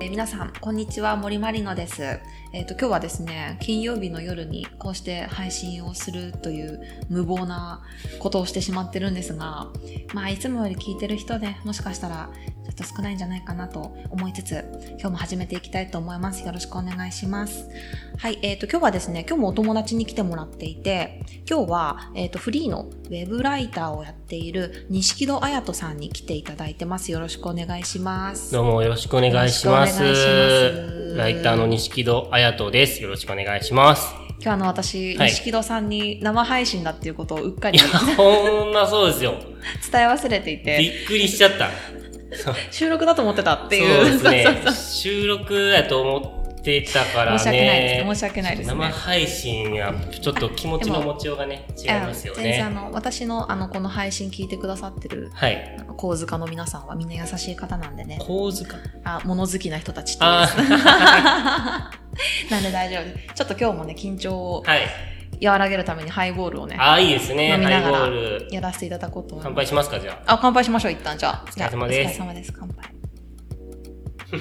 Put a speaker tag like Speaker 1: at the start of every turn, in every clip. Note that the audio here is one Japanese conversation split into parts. Speaker 1: 皆さん、こんにちは、森まりのです。えっ、ー、と、今日はですね、金曜日の夜にこうして配信をするという無謀なことをしてしまってるんですが、まあ、いつもより聞いてる人でもしかしたらちょっと少ないんじゃないかなと思いつつ、今日も始めていきたいと思います。よろしくお願いします。はい、えっ、ー、と、今日はですね、今日もお友達に来てもらっていて、今日は、えっ、ー、と、フリーのウェブライターをやっている錦戸彩人さんに来ていただいてます。よろしくお願いします。
Speaker 2: どうもよろしくお願いします。ますライターの錦戸彩人です。よろしくお願いします。
Speaker 1: 今日あの私、はい、錦戸さんに生配信だっていうことをうっかり。
Speaker 2: ほんまそうですよ。
Speaker 1: 伝 え忘れていて。
Speaker 2: びっくりしちゃった。。
Speaker 1: 収録だと思ってたっていう
Speaker 2: そうですね。収録だと思ってたからね。
Speaker 1: 申し訳ないですね。申し訳ないですね。
Speaker 2: 生配信はちょっと気持ちの持ちようがね、違いますよね。
Speaker 1: 全然あの、私のあの、この配信聞いてくださってる、
Speaker 2: はい。
Speaker 1: 構図家の皆さんはみんな優しい方なんでね。
Speaker 2: 構図家
Speaker 1: あ、物好きな人たちって なんで大丈夫です。ちょっと今日もね、緊張を。
Speaker 2: はい。
Speaker 1: 和らげるためにハイボールをね。
Speaker 2: ああ、いいですね。
Speaker 1: 飲みながらやらせていただこうと思います。
Speaker 2: 乾杯しますか、じゃ
Speaker 1: あ。あ、乾杯しましょう、一旦じゃあ。
Speaker 2: お疲れ様です。
Speaker 1: お疲れ様です、乾杯。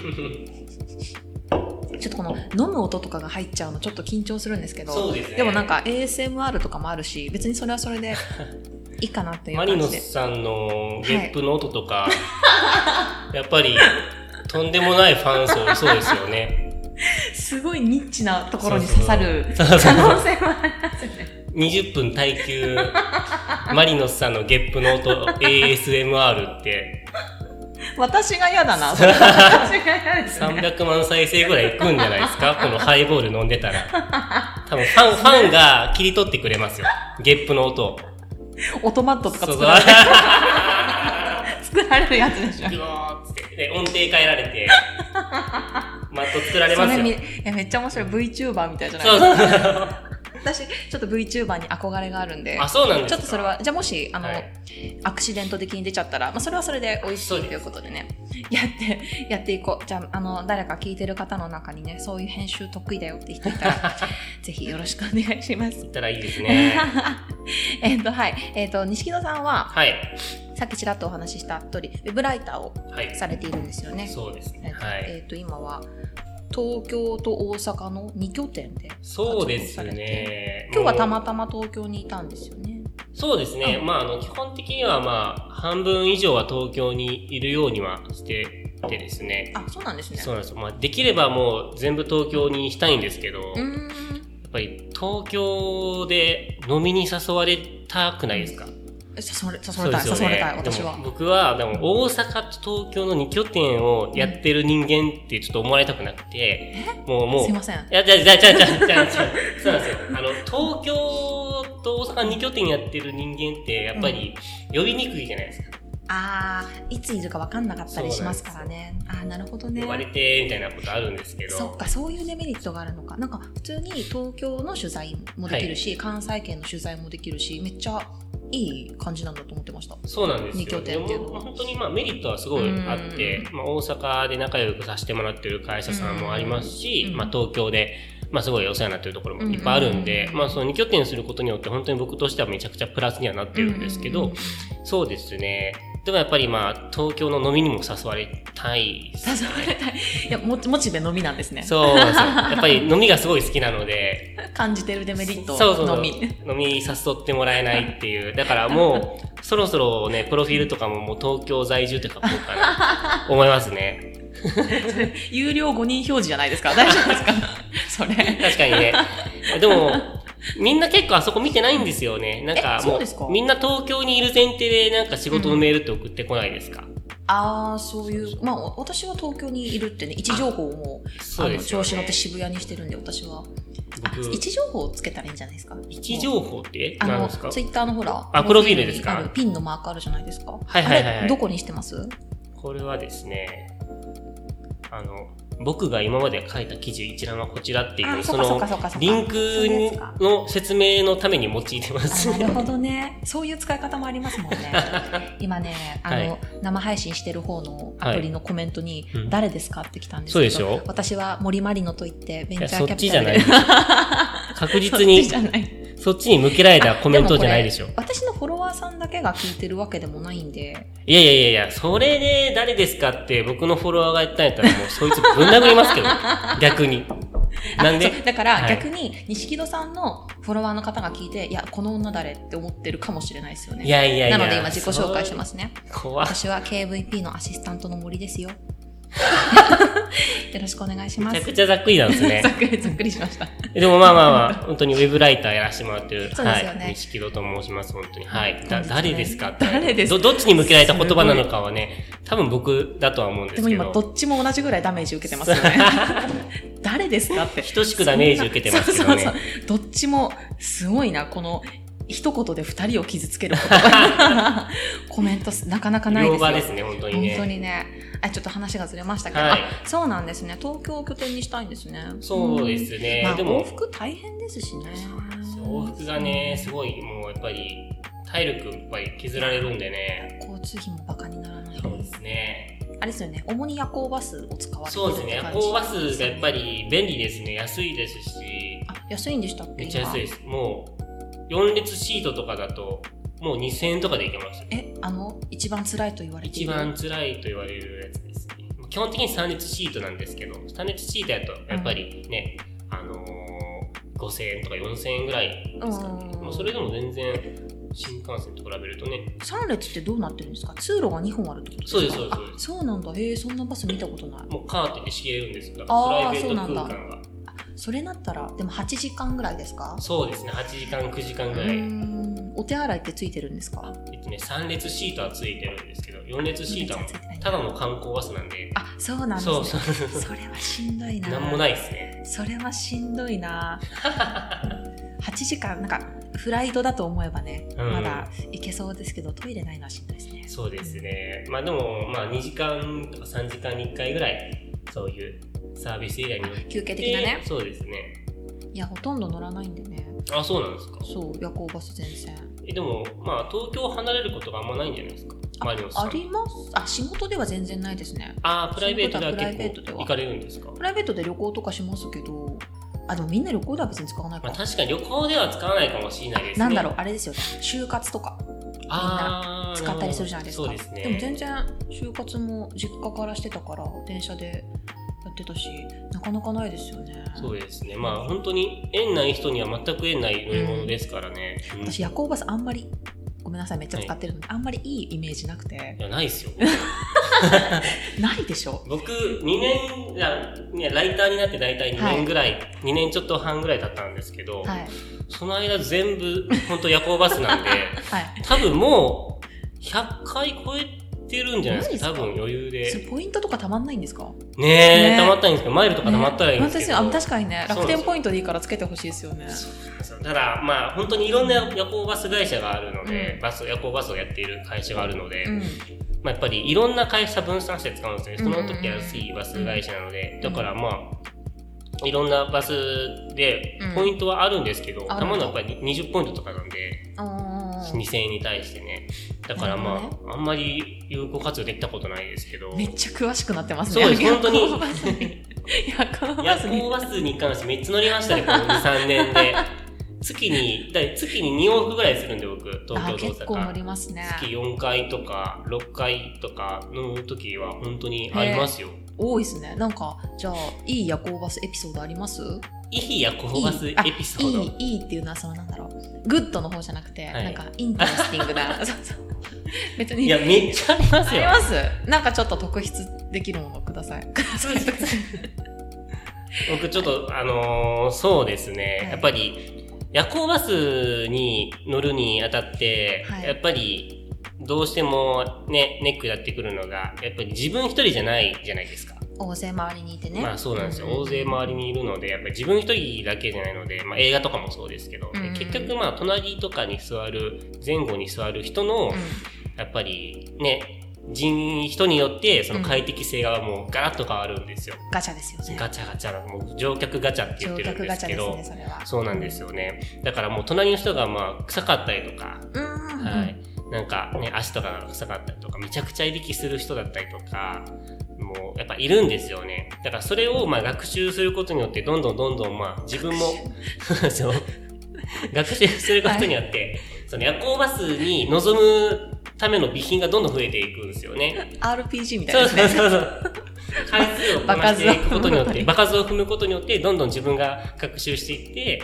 Speaker 1: ちょっとこの飲む音とかが入っちゃうのちょっと緊張するんですけど
Speaker 2: で、ね、
Speaker 1: でもなんか ASMR とかもあるし別にそれはそれでいいかなっていう
Speaker 2: 感じでマリノさんのゲップの音とか、はい 、やっぱりとんでもないファン層そうですよね
Speaker 1: すごいニッチなところに刺さる可能性もありますね。
Speaker 2: 20分耐久、マリノスさんのゲップの音、ASMR って。
Speaker 1: 私が嫌だ な、それ300
Speaker 2: 万再生ぐらいいくんじゃないです かこのハイボール飲んでたら。多分ファン、ファンが切り取ってくれますよ。ゲップの音。
Speaker 1: オトマットとか作られる。作られるやつ でしょ。
Speaker 2: ぐーって。 で、音程変えられ て。マット作られますよ。い
Speaker 1: や、めっちゃ面白い。VTuber みたいじゃないですか。私、ちょっと VTuber に憧れがあるんで。
Speaker 2: あ、そうなん
Speaker 1: ちょっとそれは、じゃあもし、あの、はい、アクシデント的に出ちゃったら、まあ、それはそれで美味しいということでね。 でやって、やっていこう。じゃあ、あの、誰か聞いてる方の中にね、そういう編集得意だよって人いた ら、ぜひよろしくお願いします。
Speaker 2: いたらいいですね。
Speaker 1: えっと、はい。えっ、ー、と、錦戸さんは、
Speaker 2: はい。
Speaker 1: さっきちらっとお話しした通りウェブライターをされているんですよね。
Speaker 2: はい、そうですね。はい、
Speaker 1: えっ、と今は東京と大阪の2拠点で
Speaker 2: そうですね。
Speaker 1: 今日はたまたま東京にいたんですよね。
Speaker 2: そうですね。うん、まああの基本的にはまあ半分以上は東京にいるようにはしててですね。
Speaker 1: あ、そうなんですね。
Speaker 2: そうなんです。まあできればもう全部東京にしたいんですけど。
Speaker 1: うん
Speaker 2: やっぱり東京で飲みに誘われたくないですか、うん
Speaker 1: 誘われ誘われたい、ね、誘われたい、私は。
Speaker 2: 僕は、でも大阪と東京の2拠点をやってる人間ってちょっと思われたくなくて、、
Speaker 1: うん
Speaker 2: もうもう。
Speaker 1: すいません。い
Speaker 2: や、じゃじゃじゃじゃじゃ じゃそうなんですよ。あの、東京と大阪2拠点やってる人間って、やっぱり、呼びにくいじゃないですか。うん
Speaker 1: ああ、いついるか分かんなかったりしますからね。ああ、なるほどね。
Speaker 2: 呼ばれて、みたいなことあるんですけど。
Speaker 1: そっか、そういうデメリットがあるのか。なんか、普通に東京の取材もできるし、はい、関西圏の取材もできるし、めっちゃいい感じなんだと思ってました。
Speaker 2: そうなんですよ。
Speaker 1: 2拠点っていうの
Speaker 2: は。本当にまあメリットはすごいあって、まあ大阪で仲良くさせてもらってる会社さんもありますし、まあ東京で、まあすごいお世話になってるところもいっぱいあるんで、まあその2拠点することによって本当に僕としてはめちゃくちゃプラスにはなってるんですけど、そうですね。でもやっぱりまあ東京の飲みにも誘われた
Speaker 1: ね、
Speaker 2: い、
Speaker 1: 誘われたい。いや、もモチベ飲みなんですね。
Speaker 2: そうそう。やっぱり飲みがすごい好きなので。
Speaker 1: 感じてるデメリット。
Speaker 2: そうそう飲み。飲み誘ってもらえないっていう。だからも う、そろそろね、プロフィールとかももう東京在住って書こうかな。思いますね。
Speaker 1: 有料5人表示じゃないですか。大丈夫ですか それ。
Speaker 2: 確かにね。でも、みんな結構あそこ見てないんですよね。なんかもう、みんな東京にいる前提でなんか仕事のメールって送ってこないですか、うん、
Speaker 1: ああ、そういう、まあ私は東京にいるってね、位置情報も、あ,あの、調子乗って渋谷にしてるんで、私は。位置情報をつけたらいいんじゃないですか
Speaker 2: 位置情報って
Speaker 1: あの、ツイッターのほら、
Speaker 2: あ、プロフィールですか
Speaker 1: ピンのマークあるじゃないですか。
Speaker 2: はいはいはい、はい、
Speaker 1: どこにしてます
Speaker 2: これはですね、あの、僕が今まで書いた記事一覧はこちらっていう、そのリンクの説明のために用いてます。
Speaker 1: なるほどね。そういう使い方もありますもんね。今ね、あの、生配信してる方のアプリのコメントに、誰ですかって来たんですけど、
Speaker 2: そうでしょ
Speaker 1: 私は森マリノと言って、ベンチャーキャピタル
Speaker 2: じゃない。確実に。そっちに向けられたコメントじゃないでしょ。
Speaker 1: 私のフォロワーさんだけが聞いてるわけでもないんで。
Speaker 2: いやいやいやいや、それで誰ですかって僕のフォロワーが言ったんやったらもうそいつぶん殴り ますけど、逆に。
Speaker 1: あ
Speaker 2: なんで
Speaker 1: そうだから
Speaker 2: はい
Speaker 1: 逆に錦戸さんのフォロワーの方が聞いて、い、やこの女誰って思ってるかもしれないですよね
Speaker 2: いやいやいや。
Speaker 1: なので今自己紹介してますね
Speaker 2: す。怖 っ
Speaker 1: 私は KVP のアシスタントの森です よよろしくお願いしま
Speaker 2: めち
Speaker 1: す
Speaker 2: ゃくちゃざっくりなんですね
Speaker 1: ざ。っくりざっくりしました
Speaker 2: でもまあまあまあ、本当にウェブライターやらせてもらってる、
Speaker 1: そう
Speaker 2: は
Speaker 1: ですよね
Speaker 2: い、錦戸と申します、本当に。はい。
Speaker 1: そう
Speaker 2: だ
Speaker 1: ですね
Speaker 2: 誰ですかっ て
Speaker 1: 誰ですか
Speaker 2: どどっちに向けられた言葉なのかはね、多分僕だとは思うんで
Speaker 1: ですも
Speaker 2: け
Speaker 1: 今ど
Speaker 2: ど。
Speaker 1: っちも同じぐらいダメージ受けてますよ ね誰ですかって
Speaker 2: 等しくダメージ受けてますけどね
Speaker 1: そうそうそうどっちもすごいなこの一言で二人を傷つける言葉コメントなかなかないです
Speaker 2: 両
Speaker 1: よ
Speaker 2: 場ですね、本当にね。
Speaker 1: 本当にねあちょっと話がずれましたけど、
Speaker 2: はい
Speaker 1: あそうなんですね東京を拠点にしたいんですね
Speaker 2: そうですね
Speaker 1: んまあ、
Speaker 2: でも
Speaker 1: 往復大変ですしね
Speaker 2: 往復がね、すごいもうやっぱり体力やっぱり削られるんでね。
Speaker 1: 交通費もバカにならない
Speaker 2: そうですね。
Speaker 1: あれですよね主に夜行バスを使われてる
Speaker 2: そうです
Speaker 1: って
Speaker 2: ね。夜
Speaker 1: 感じ
Speaker 2: 行バスがやっぱり便利ですね。安いですし、
Speaker 1: あ安いんでしたっけ
Speaker 2: めっちゃ安いです。もう4列シートとかだと、もう2000円とかでいけます。
Speaker 1: 今えあの一番辛いと言われてい
Speaker 2: 一
Speaker 1: る
Speaker 2: 番辛いと言われるやつですね。基本的に3列シートなんですけど、3列シートやとやっぱりね、あのー、5000円とか4000円ぐらいですかね。
Speaker 1: うん
Speaker 2: もうそれでも全然新幹線と比べるとね、
Speaker 1: 三列ってどうなってるんですか通路が二本あるってことですか
Speaker 2: そうですそうですそうです
Speaker 1: あそうなんだへえそんなバス見たことない
Speaker 2: もうカーテンで仕切れるんですが、プ
Speaker 1: あー
Speaker 2: ライベート空間
Speaker 1: そ
Speaker 2: が。
Speaker 1: それなったらでも八時間ぐらいですか
Speaker 2: そうですね、8時間、9時間ぐら
Speaker 1: うー
Speaker 2: い。
Speaker 1: んお手洗いってついてるんですか
Speaker 2: えっとね、3列シートはついてるんですけど、4列シートはもう
Speaker 1: ついてない
Speaker 2: ただの観光バスなんで、
Speaker 1: あそうなんですね
Speaker 2: そうそうそうそう、
Speaker 1: それはしんどいな
Speaker 2: なんもないですね。
Speaker 1: それはしんどいな 8時間なんかフライトだと思えばね、
Speaker 2: うん
Speaker 1: まだ行けそうですけどトイレないのはしんどいですね
Speaker 2: そうですね。まあでも、まあ2時間とか3時間に1回ぐらい、そういうサービスエリアによって、
Speaker 1: 休憩的なね
Speaker 2: そうですね。
Speaker 1: いやほとんど乗らないんでね
Speaker 2: あ、そうなんですか。
Speaker 1: そう夜行バス全然
Speaker 2: えでも、まあ東京を離れることがあんまないんじゃないですか、
Speaker 1: あ
Speaker 2: マリオさん。
Speaker 1: ありますあ仕事では全然ないですね
Speaker 2: あープライベートでは
Speaker 1: そういうことはプライベートでは
Speaker 2: 結構行かれるんですか
Speaker 1: プライベートで旅行とかしますけどあでもみんな旅行では別に使わないか
Speaker 2: まあ、
Speaker 1: ら、
Speaker 2: 確かに旅行では使わないかもしれないですね。
Speaker 1: なんだろうあれですよね就活とか
Speaker 2: あー
Speaker 1: 使ったりするじゃないですか
Speaker 2: そうですね。
Speaker 1: でも全然就活も実家からしてたから電車でやってたしなかなかないですよね
Speaker 2: そうですね。まあ本当に縁ない人には全く縁ない乗り物ですからね。うん
Speaker 1: 私夜行バスあんまりごめんなさいめっちゃ使ってるので、あんまりいいイメージなくて
Speaker 2: いやないですよ。
Speaker 1: ないでしょ
Speaker 2: 僕2年いやいやライターになって大体2年ぐらい、二2年ちょっと半ぐらい経ったんですけど、
Speaker 1: はい
Speaker 2: その間全部本当夜行バスなんで
Speaker 1: はい
Speaker 2: 多分もう100回超えてるんじゃないですか
Speaker 1: ないですか
Speaker 2: 多分余裕
Speaker 1: それ
Speaker 2: で
Speaker 1: ポイントとかたまんないんですか
Speaker 2: ねえ
Speaker 1: ね
Speaker 2: たまったらいいんですけどマイルとかたまったらいいんですけ
Speaker 1: ね
Speaker 2: ど、
Speaker 1: まあ確かにね
Speaker 2: そうな
Speaker 1: 楽
Speaker 2: んですよ
Speaker 1: 天ポイントでいいからつけてほしいですよね
Speaker 2: そうただまあ本当にいろんな夜行バス会社があるので、バス夜行バスをやっている会社があるので、
Speaker 1: うん
Speaker 2: まあ、やっぱりいろんな会社分散して使うんですよねその時は安いバス会社なので、
Speaker 1: ん
Speaker 2: だからまあいろんなバスで
Speaker 1: うん
Speaker 2: ポイントはあるんですけど、
Speaker 1: あるんだ
Speaker 2: たまにはやっぱり20ポイントとかなんで、
Speaker 1: あー
Speaker 2: 2000円に対してねだから
Speaker 1: な
Speaker 2: ま
Speaker 1: る
Speaker 2: ああんまり有効活用できたことないですけど
Speaker 1: めっちゃ詳しくなってますね
Speaker 2: そうです本当に
Speaker 1: 夜行バスに夜行
Speaker 2: 夜
Speaker 1: バス
Speaker 2: 行
Speaker 1: に
Speaker 2: バスに関してめっちゃ乗りましたねこの23年 で月にだい月に2往復ぐらいするんで僕東
Speaker 1: あー
Speaker 2: 京と大
Speaker 1: 結構乗
Speaker 2: 阪
Speaker 1: りますね
Speaker 2: 月4回とか6回とかの時は本当にありますよ、
Speaker 1: 多いですねなんかじゃあいい夜行バスエピソードあります
Speaker 2: いい夜行バスエピソード。
Speaker 1: いいいいっていうのはそのなんだろうグッドの方じゃなくて、
Speaker 2: はい
Speaker 1: なんかインタレスティング なそうそう別に
Speaker 2: いや、めっちゃあります
Speaker 1: あ
Speaker 2: よ
Speaker 1: り。ますなんかちょっと特筆できるものくださいください
Speaker 2: 僕ちょっと、あのーそうですね、
Speaker 1: はい
Speaker 2: やっぱり、夜行バスに乗るにあたって、
Speaker 1: はい
Speaker 2: やっぱり、どうしてもね、ネックになってくるのが、やっぱり自分一人じゃないじゃないですか。
Speaker 1: 大勢周りにいてね
Speaker 2: まあそうなんですよ。大勢周りにいるので、やっぱり自分一人だけじゃないので、まあ映画とかもそうですけど、
Speaker 1: うんうん
Speaker 2: 結局まあ隣とかに座る、前後に座る人の、
Speaker 1: う
Speaker 2: やっぱりね、人、人によってその快適性がもうガラッと変わるんですよ。
Speaker 1: ん、ガチャですよね
Speaker 2: ガチャガチャ、もう乗客ガチャって言っ
Speaker 1: 乗
Speaker 2: てるん
Speaker 1: 客
Speaker 2: で
Speaker 1: ガチ
Speaker 2: す
Speaker 1: ャ
Speaker 2: け
Speaker 1: です
Speaker 2: ど、
Speaker 1: ねそれは
Speaker 2: そうなんですよね。だからもう隣の人がまあ臭かったりとか、
Speaker 1: うん、
Speaker 2: はい。なんかね、足とかが臭かったりとか、めちゃくちゃいびきする人だったりとか、もうやっぱいるんですよね。 だからそれをまあ学習することによって、どんどんどんどんまあ自分も、そう学習することによって、その夜行バスに臨むための備品がどんどん増えていくんですよね。
Speaker 1: RPG みたい
Speaker 2: そう
Speaker 1: な、
Speaker 2: そう
Speaker 1: ね。
Speaker 2: そうそう。回数をこなしていくことによって、場数を踏むことによって、どんどん自分が学習していって、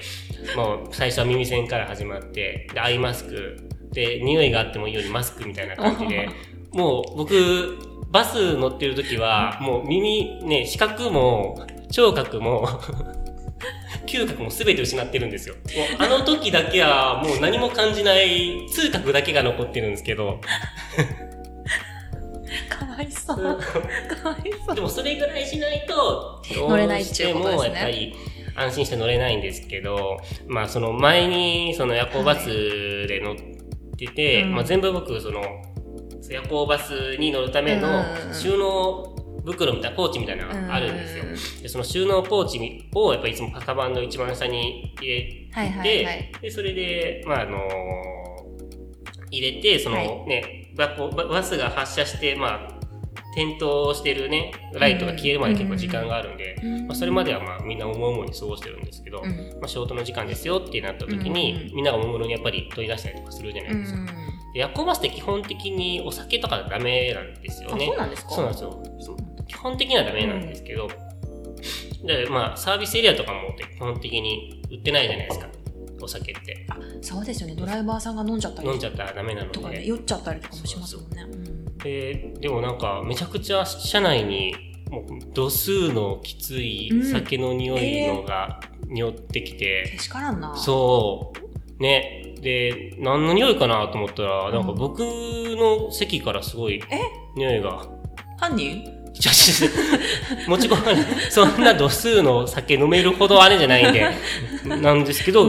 Speaker 2: もう最初は耳栓から始まって、で、アイマスク、で、匂いがあってもいいようにマスクみたいな感じで、もう僕、バス乗ってる時は、もう耳、ね、視覚も、聴覚も、 嗅覚も全て失ってるんですよ。もうあの時だけはもう何も感じない痛覚だけが残ってるんですけ ど、
Speaker 1: かわいそう。かわいそう
Speaker 2: で。もそれぐらいしないと、
Speaker 1: 乗れないっていうことですね
Speaker 2: どうしてもやっぱり安心して乗れないんですけど、まあその前にその夜行バスで乗ってて、
Speaker 1: うん
Speaker 2: まあ全部僕その夜行バスに乗るための
Speaker 1: うん
Speaker 2: 収納袋みたいなポーチみたいなのがあるんですよ。でその収納ポーチをやっぱりいつもカバンの一番下に入れて、
Speaker 1: はいはいはい。
Speaker 2: でそれで、まああの入れてその、
Speaker 1: はい
Speaker 2: ねバこうババスが発車して、まあ、点灯してるねライトが消えるまで結構時間があるんで、まあ、それまでは、まあ、みんな思う思うに過ごしてるんですけど、
Speaker 1: うん、うん
Speaker 2: まあ、仕事の時間ですよってなった時
Speaker 1: うんうん
Speaker 2: に、
Speaker 1: うん
Speaker 2: みんながおもむろにやっぱり取り出したりとかするじゃな
Speaker 1: う
Speaker 2: いですか。
Speaker 1: ん
Speaker 2: で夜行バスって基本的にお酒とかダメなんですよ
Speaker 1: あ、
Speaker 2: ね。
Speaker 1: そうなんですか
Speaker 2: そうなんですよ。基本的にはダメなんですけど、で、まあ、サービスエリアとかも基本的に売ってないじゃないですか。お酒って。
Speaker 1: そうですよね。ドライバーさんが飲んじゃった
Speaker 2: 飲ん
Speaker 1: り
Speaker 2: じゃったらダメなの
Speaker 1: とかね、
Speaker 2: で。
Speaker 1: 酔っちゃったりとかもしますもんね。
Speaker 2: で、でもなんか、めちゃくちゃ車内に、もう、度数のきつい
Speaker 1: うん
Speaker 2: 酒の匂いのが、匂ってき
Speaker 1: うん
Speaker 2: て、
Speaker 1: けしからんな。
Speaker 2: そう、ね。で、何の匂いかなと思ったら、なんか僕の席からすごい、匂いが。
Speaker 1: 犯人
Speaker 2: ちょち ょ持ち込まない。そんな度数の酒飲めるほどあれじゃない んで、なんですけど、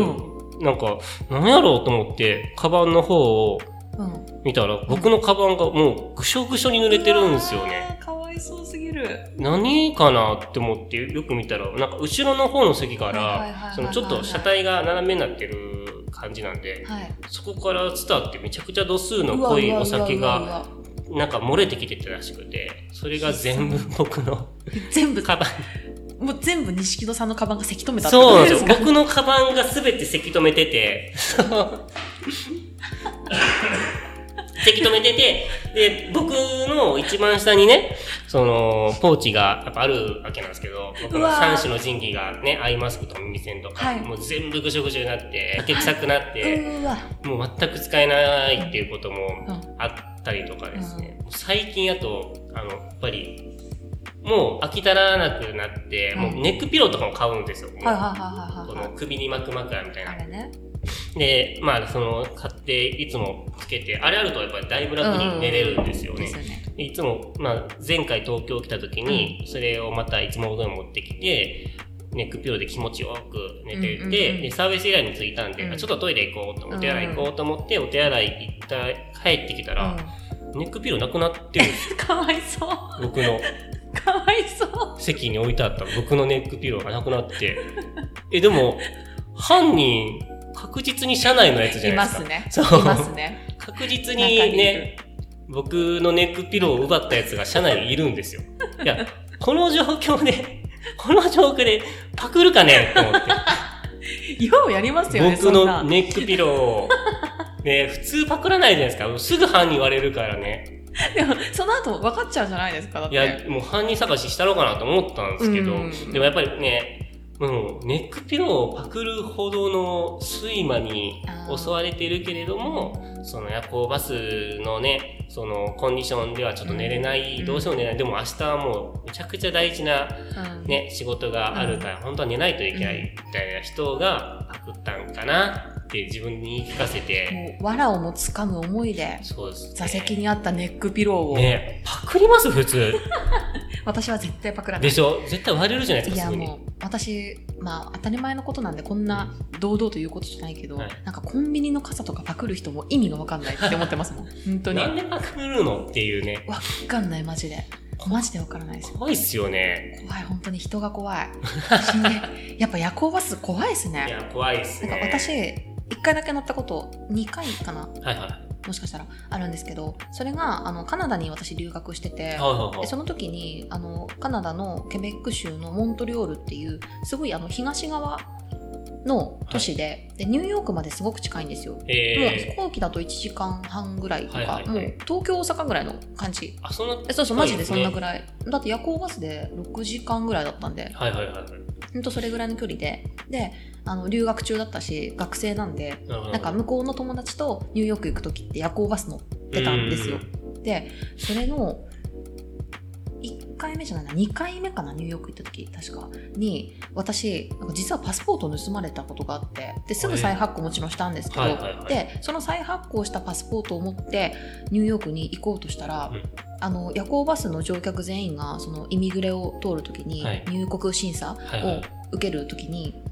Speaker 2: なんか、なんやろうと思って、カバンの方を
Speaker 1: うん。
Speaker 2: 見たら、僕のカバンがもうぐしょぐしょに濡れてるんですよね。
Speaker 1: うわー。かわいそうすぎる。
Speaker 2: 何かなって思って、よく見たら、なんか後ろの方の席か
Speaker 1: はいはいはいはいは
Speaker 2: ら、
Speaker 1: い
Speaker 2: そのちょっと車体が斜めになってる感じなんで、
Speaker 1: はい。
Speaker 2: そこから伝わってめちゃくちゃ度数の
Speaker 1: うわ
Speaker 2: 濃いう
Speaker 1: わ
Speaker 2: お酒
Speaker 1: う
Speaker 2: が、
Speaker 1: わうわ
Speaker 2: なんか漏れてきてたらしくて、それが全部 僕の
Speaker 1: 全部、
Speaker 2: カバン
Speaker 1: もう全部錦戸さんのカバンがせき止めたって
Speaker 2: そう
Speaker 1: こ
Speaker 2: な
Speaker 1: と
Speaker 2: んで
Speaker 1: ですす
Speaker 2: よ。
Speaker 1: か
Speaker 2: 僕のカバンがすべてせき止めてて、そうせき止めてて、で、僕の一番下にね、その、ポーチがやっぱあるわけなんですけど、僕
Speaker 1: う
Speaker 2: の
Speaker 1: わー
Speaker 2: 3種の神器がね、アイマスクと耳栓とか、
Speaker 1: はい
Speaker 2: もう全部ぐしょぐしょになって、手臭くなって、
Speaker 1: うわ。
Speaker 2: もう全く使えないっていうことも
Speaker 1: うん
Speaker 2: あったりとかですね、最近やとあのやっぱりもう飽き足らなくなって、
Speaker 1: うん
Speaker 2: もうネックピローとかも買うんですよ、
Speaker 1: はいはいはい
Speaker 2: こ
Speaker 1: はいはい
Speaker 2: の。首に巻く枕みたい
Speaker 1: あ
Speaker 2: な
Speaker 1: れね。
Speaker 2: でまあその買っていつもつけてあれあるとやっぱりだいぶ楽に寝れるんですよ
Speaker 1: で
Speaker 2: ね、
Speaker 1: すよね。
Speaker 2: いつも、まあ、前回東京来た時に、それをまたいつも通り持ってきて、ネックピローで気持ちよく寝てて、
Speaker 1: うんうんうん
Speaker 2: で、サービス以外に着いたんで、
Speaker 1: うん
Speaker 2: ちょっとトイレ行こうと、お手洗い行こうと思って、お手洗い行った、帰ってきたら、ネックピローなくなってるんです
Speaker 1: うんかわいそう。
Speaker 2: よ僕の
Speaker 1: かわいそう。
Speaker 2: 席に置いてあった僕のネックピローがなくなって。え、でも、犯人、確実に車内のやつじ
Speaker 1: い
Speaker 2: ゃな
Speaker 1: ま
Speaker 2: いです
Speaker 1: す
Speaker 2: か。
Speaker 1: ね。
Speaker 2: そう
Speaker 1: いますね。
Speaker 2: 確実
Speaker 1: 中に
Speaker 2: に
Speaker 1: いる
Speaker 2: ね、僕のネックピローを奪ったやつが車内にいるんですよ。いや、この状況で、この状況でパクるかねと思って。
Speaker 1: ようやりますよね、
Speaker 2: 僕
Speaker 1: そんな
Speaker 2: の。ネックピローを。ね、普通パクらないじゃないですか。すぐ犯人言われるからね。
Speaker 1: でも、その後分かっちゃうじゃないですか、だっ
Speaker 2: い
Speaker 1: て。
Speaker 2: や、もう犯人探ししたろうかなと思ったんですけど、
Speaker 1: うん
Speaker 2: でもやっぱりね、もうネックピローをパクるほどの睡魔に襲われてるけれども、その夜行バスのね、そのコンディションではちょっと寝れない、
Speaker 1: うん
Speaker 2: どうしても寝れない。でも明日はもうめちゃくちゃ大事な
Speaker 1: うん、
Speaker 2: ね、仕事があるから、本当は寝ないといけないみたいな人がパクったんかなって自分に言い聞かせて、
Speaker 1: もう、藁をもつかむ思いで、
Speaker 2: そうです、ね。
Speaker 1: 座席にあったネックピローを、
Speaker 2: ね、パクります普通。
Speaker 1: 私は絶対パクらな
Speaker 2: で
Speaker 1: い。
Speaker 2: しょ絶対割れるじゃないで
Speaker 1: い
Speaker 2: すか、
Speaker 1: や
Speaker 2: すぐに。
Speaker 1: もう私、まあ、当たり前のことなんでこんな堂々と言うことじゃないけど、
Speaker 2: はい
Speaker 1: なんかコンビニの傘とかパクる人も意味が分かんないって思ってます もん本当に
Speaker 2: なんでパクるのっていうね。
Speaker 1: 分かんないマジでマジで分からないですよ
Speaker 2: 怖いっすよね。
Speaker 1: 怖い本当に人が怖い死んで やっぱ夜行バス怖いです
Speaker 2: い
Speaker 1: ね
Speaker 2: や、怖いっす
Speaker 1: なん
Speaker 2: ね
Speaker 1: か。私1回だけ乗ったこと2回かな
Speaker 2: はいはい。はい
Speaker 1: もしかしたらあるんですけどそれがあのカナダに私留学してて、
Speaker 2: はいは
Speaker 1: で
Speaker 2: い
Speaker 1: その時にあのカナダのケベック州のモントリオールっていうすごいあの東側の都市で,、でニューヨークまですごく近いんですよ、もう飛
Speaker 2: え
Speaker 1: 行機だと1時間半ぐらいとか、
Speaker 2: はいはいはい
Speaker 1: もう東京大阪ぐらいの感じ
Speaker 2: ー、あ、そんな、
Speaker 1: えそうそうマジでそんなぐ
Speaker 2: らい。
Speaker 1: らい、だって夜行バスで6時間ぐらいだったんで
Speaker 2: はいはいはいはい。
Speaker 1: ほんとそれぐらいの距離でであの留学中だったし学生なんで
Speaker 2: なるほど
Speaker 1: なんか向こうの友達とニューヨーク行く時って夜行バス乗ってたんですよ。でそれの1回目じゃないな2回目かなニューヨーク行った時確かに私なんか実はパスポートを盗まれたことがあってですぐ再発行もちろんしたんですけど、
Speaker 2: はいはいはい
Speaker 1: でその再発行したパスポートを持ってニューヨークに行こうとしたら、
Speaker 2: うん
Speaker 1: あの夜行バスの乗客全員がそのイミグレを通る時に、
Speaker 2: はい
Speaker 1: 入国審査を
Speaker 2: はいはい
Speaker 1: 受ける時に、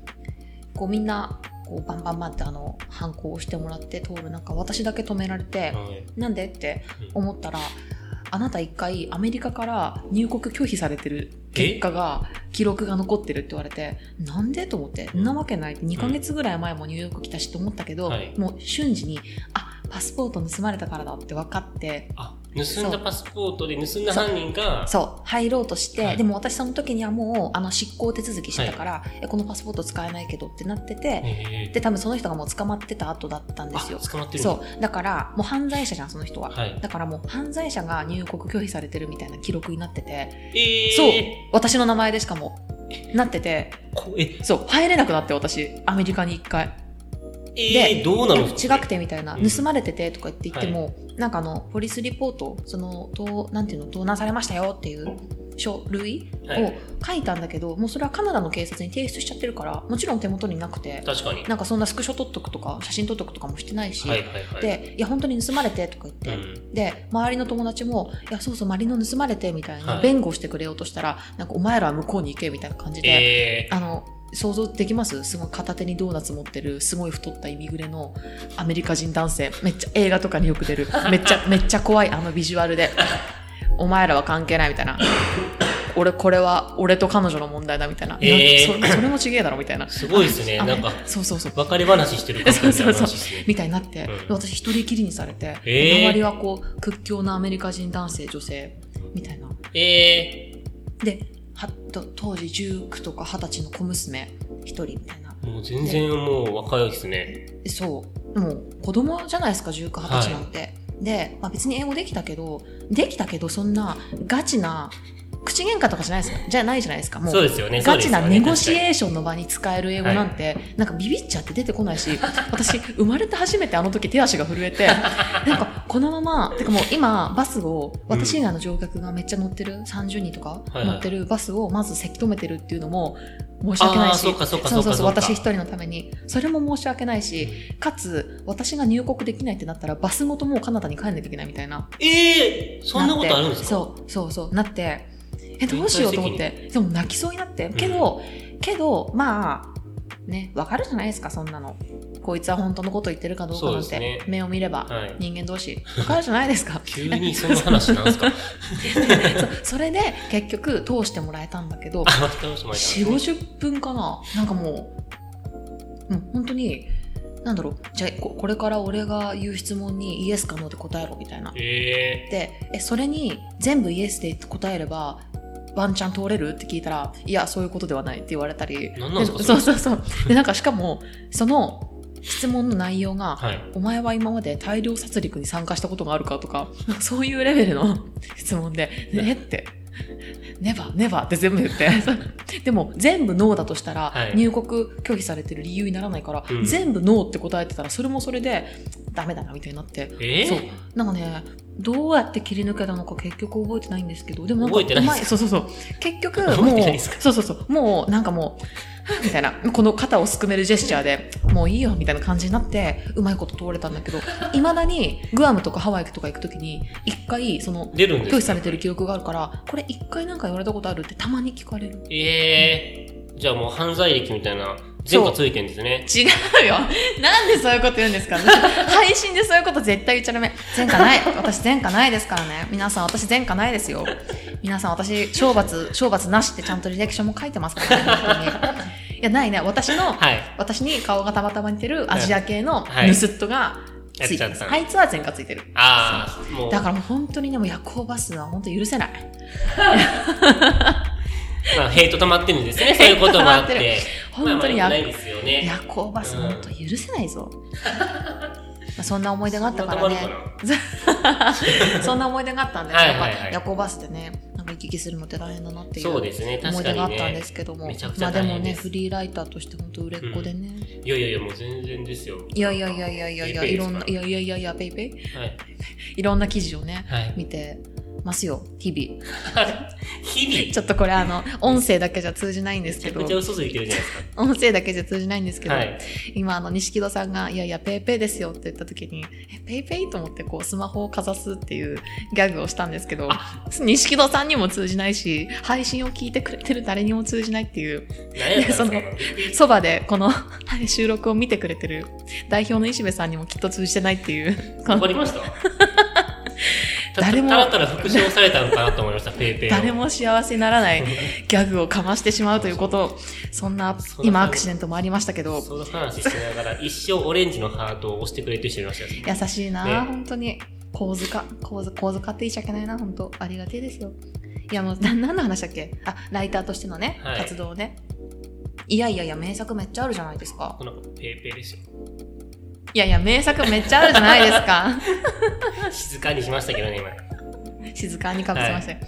Speaker 1: こうみんなこうバンバンバンってあの反抗をしてもらって通る中私だけ止められて。
Speaker 2: はい
Speaker 1: なんでって思ったら、あなた一回アメリカから入国拒否されてる結果が記録が残ってるって言われてなんでと思って
Speaker 2: うん
Speaker 1: んなわけないって2ヶ月ぐらい前もニューヨーク来たしと思ったけど、
Speaker 2: はい
Speaker 1: もう瞬時にあパスポート盗まれたからだって分かって
Speaker 2: あ、盗んだパスポートで盗んだ犯人が、
Speaker 1: そう入ろうとして、
Speaker 2: はい
Speaker 1: でも私その時にはもうあの執行手続きしてたから、えこのパスポート使えないけどってなってて、
Speaker 2: えー
Speaker 1: で多分その人がもう捕まってた後だったんで
Speaker 2: あ、
Speaker 1: すよ。
Speaker 2: 捕まってるんだ
Speaker 1: そうだからもう犯罪者じゃんその人は、
Speaker 2: はい
Speaker 1: だからもう犯罪者が入国拒否されてるみたいな記録になってて、
Speaker 2: えー、
Speaker 1: そう私の名前でしかもなってて
Speaker 2: こえ、
Speaker 1: そう入れなくなって私アメリカに一回
Speaker 2: えー、どうなの
Speaker 1: いや違くてみたいな、
Speaker 2: うん
Speaker 1: 盗まれててとかって言っても、なんかあのポリスリポートその盗なんていうの盗難されましたよっていう書類
Speaker 2: はい
Speaker 1: を書いたんだけど、もうそれはカナダの警察に提出しちゃってるからもちろん手元になくて
Speaker 2: 確かに。
Speaker 1: なんかそんなスクショ撮っとくとか写真撮っとくとかもしてないし、
Speaker 2: はいはいはい。
Speaker 1: でいや本当に盗まれてとか言って、
Speaker 2: うん
Speaker 1: で周りの友達も「いやそうそうマリノ盗まれて」みたい
Speaker 2: は
Speaker 1: ない弁護してくれようとしたら、なんかお前らは向こうに行けみたいな感じで、
Speaker 2: え
Speaker 1: あの想像できますすごい片手にドーナツ持ってるすごい太ったイミグレのアメリカ人男性めっちゃ映画とかによく出るめっち ゃめっちゃ怖いあのビジュアルで「お前らは関係ない」みたいな「俺これは俺と彼女の問題だ」みたいな,、
Speaker 2: えー
Speaker 1: なんかそそれもちげえだろみたいな
Speaker 2: ー、すごいですね。
Speaker 1: あ
Speaker 2: なんか、
Speaker 1: そうそうそう
Speaker 2: 別れ話してる感じの話
Speaker 1: そうそうそう
Speaker 2: ですね。
Speaker 1: みたいになって、
Speaker 2: うん
Speaker 1: で私一人きりにされて、
Speaker 2: えー
Speaker 1: 周りはこう屈強なアメリカ人男性女性みたいな
Speaker 2: え
Speaker 1: ではと当時19とか20歳の小娘一人みたいな
Speaker 2: ー、もう全然もう若いですね。
Speaker 1: そうもう子供じゃないですか1920歳なんて、で、まあ、別に英語できたけどできたけどそんなガチな口喧嘩とかじゃないですかじゃないじゃないですかもう
Speaker 2: そうですよね。
Speaker 1: ガチな
Speaker 2: そうです
Speaker 1: ネ
Speaker 2: よね
Speaker 1: ゴシエーションの場に使える英語なんて、なんかビビっちゃって出てこないし、私、生まれて初めてあの時手足が震えて、 なんかこのまま、てかもう今、バスを、私以外の乗客がめっちゃ乗ってる、30人とか
Speaker 2: はいはい
Speaker 1: 乗ってるバスをまずせき止めてるっていうのも申し訳ない
Speaker 2: あー
Speaker 1: し、
Speaker 2: そうかそうか
Speaker 1: そうそう
Speaker 2: そ
Speaker 1: そうう、
Speaker 2: かそうか
Speaker 1: 私一人のために、それも申し訳ないし、かつ、私が入国できないってなったら、バスごともうカナダに帰んなきゃいけないみたいな。
Speaker 2: えー、そんなことあるんですか
Speaker 1: そうそうそうなってえどうしようと思ってでも泣きそうになってけど、けどまあねわかるじゃないですかそんなのこいつは本当のこと言ってるかどうかなん
Speaker 2: そうです
Speaker 1: て、
Speaker 2: ね
Speaker 1: 目を見れば、
Speaker 2: はい
Speaker 1: 人間同士わかるじゃないですか
Speaker 2: 急にその話なんですか
Speaker 1: そうそれで結局通してもらえたんだけど
Speaker 2: あ、またもしまい
Speaker 1: 4 5 0分かななんかもうもう本当になんだろうじゃあここれから俺が言う質問にイエスかノーで答えろみたいな
Speaker 2: え
Speaker 1: でえそれに全部イエスで答えればワンチャン通れるって聞いたらいやそういうことではないって言われたり
Speaker 2: なんなんですか
Speaker 1: で
Speaker 2: そ
Speaker 1: そ
Speaker 2: れ
Speaker 1: うそうそうでなんかしかもその質問の内容が、
Speaker 2: ー、はい。
Speaker 1: お前は今まで大量殺戮に参加したことがあるかとか なんかそういうレベルの 質問で「ね」って「ネバネバ」って全部言って でも全部ノーだとしたら、
Speaker 2: はい
Speaker 1: 入国拒否されてる理由にならないから、
Speaker 2: うん
Speaker 1: 全部ノーって答えてたらそれもそれでダメだなみたいになって
Speaker 2: えー、
Speaker 1: そうなんかねどうやって切り抜けたのか結局覚えてないんですけどでもなんか
Speaker 2: 覚えてないですか
Speaker 1: うまそうそうそう結局
Speaker 2: 覚え
Speaker 1: も
Speaker 2: てないで
Speaker 1: う
Speaker 2: すか
Speaker 1: そうそうそうもうなんかもう みたいなこの肩をすくめるジェスチャーでもういいよみたいな感じになってうまいこと通れたんだけどいまだにグアムとかハワイとか行く時に一回その
Speaker 2: 出るんです
Speaker 1: 拒否されてる記録があるからこれ一回なんか言われたことあるってたまに聞かれる
Speaker 2: えー、じゃあもう犯罪歴みたいな、全部ついてるんですね。
Speaker 1: 違うよなんでそういうこと言うんですか私配信でそういうこと絶対言っちゃダメ前科ない私前科ないですからね皆さん私前科ないですよ皆さん私懲罰懲罰なしってちゃんと履歴書も書いてますからね本当にいやないね私の
Speaker 2: はい。
Speaker 1: 私に顔がたまたま似てるアジア系の
Speaker 2: はい
Speaker 1: ヌスットがついて
Speaker 2: やっ
Speaker 1: ま
Speaker 2: ち
Speaker 1: す、
Speaker 2: ゃった
Speaker 1: あいつは前科ついてる
Speaker 2: ああ、もう、
Speaker 1: だからもう本当にねもう夜行バスは本当許せない
Speaker 2: まあ、ヘイト溜まってるんですね。そういうこともあって。
Speaker 1: 本当に
Speaker 2: ま
Speaker 1: 夜
Speaker 2: あまあ良くないですよね。
Speaker 1: 夜行バス
Speaker 2: うん
Speaker 1: 本当許せないぞ、まあそんな思い出があったか
Speaker 2: そ
Speaker 1: ら
Speaker 2: んなと
Speaker 1: ね
Speaker 2: こあるかな
Speaker 1: そんな思い出があったんで、
Speaker 2: はいはいはい
Speaker 1: やっぱ夜行バスでねなんか行き来するのって大変だなっていう
Speaker 2: そう
Speaker 1: 思
Speaker 2: ですね、
Speaker 1: い
Speaker 2: 確か
Speaker 1: 出があ
Speaker 2: に
Speaker 1: ったんで
Speaker 2: ね。
Speaker 1: すけども、
Speaker 2: めちゃくち
Speaker 1: まあ
Speaker 2: ゃ
Speaker 1: で
Speaker 2: 大
Speaker 1: も
Speaker 2: 変
Speaker 1: ね
Speaker 2: です
Speaker 1: フリーライターとして本当売れっ子でね、
Speaker 2: いやいやいや、もう全然ですよ。
Speaker 1: いやいやいやいやいやいや
Speaker 2: ペイペイ
Speaker 1: い
Speaker 2: で
Speaker 1: ろん
Speaker 2: すか
Speaker 1: な
Speaker 2: ら
Speaker 1: いやいやいやいやペイペイ
Speaker 2: はい。
Speaker 1: いろんな記事をね
Speaker 2: はい。
Speaker 1: 見てますよ日 々
Speaker 2: 日
Speaker 1: ちょっとこれあの音声だけじゃ通じないんですけ
Speaker 2: 々、めちゃ
Speaker 1: ど
Speaker 2: くちゃ嘘ついてるじゃないです
Speaker 1: 音声だけじゃ通じないんですけ
Speaker 2: か。
Speaker 1: ど、
Speaker 2: はい。
Speaker 1: 今あの錦戸さんが「いやいやペイペイですよ」って言った時に「えペイペイ?」と思ってこうスマホをかざすっていうギャグをしたんですけど錦戸さんにも通じないし配信を聞いてくれてる誰にも通じないっていう
Speaker 2: 何やったん
Speaker 1: い
Speaker 2: で
Speaker 1: や
Speaker 2: すか
Speaker 1: そばでこの 収録を見てくれてる代表の石部さんにもきっと通じてないっていうこ
Speaker 2: わか
Speaker 1: の
Speaker 2: りました
Speaker 1: 誰も
Speaker 2: たらたら復唱されたのかなと思いました、ペイペイを。
Speaker 1: 誰も幸せにならないギャグをかましてしまうということそんな
Speaker 2: そんな
Speaker 1: 今アクシデントもありましたけど
Speaker 2: その話しながら、一生オレンジのハートを押してくれてる人いましたよ。
Speaker 1: 優しいな、
Speaker 2: ね
Speaker 1: 本当に小塚小塚小塚って言いちゃいけないな本当ありがてえですよいやもうな何の話だっけあライターとしてのね、
Speaker 2: はい
Speaker 1: 活動ねいやいやいや名作めっちゃあるじゃないですか
Speaker 2: このペイペイですよ。
Speaker 1: いやいや名作めっちゃあるじゃないです か
Speaker 2: 静かにしましたけどね、今。
Speaker 1: 静かにかぶせましたよ、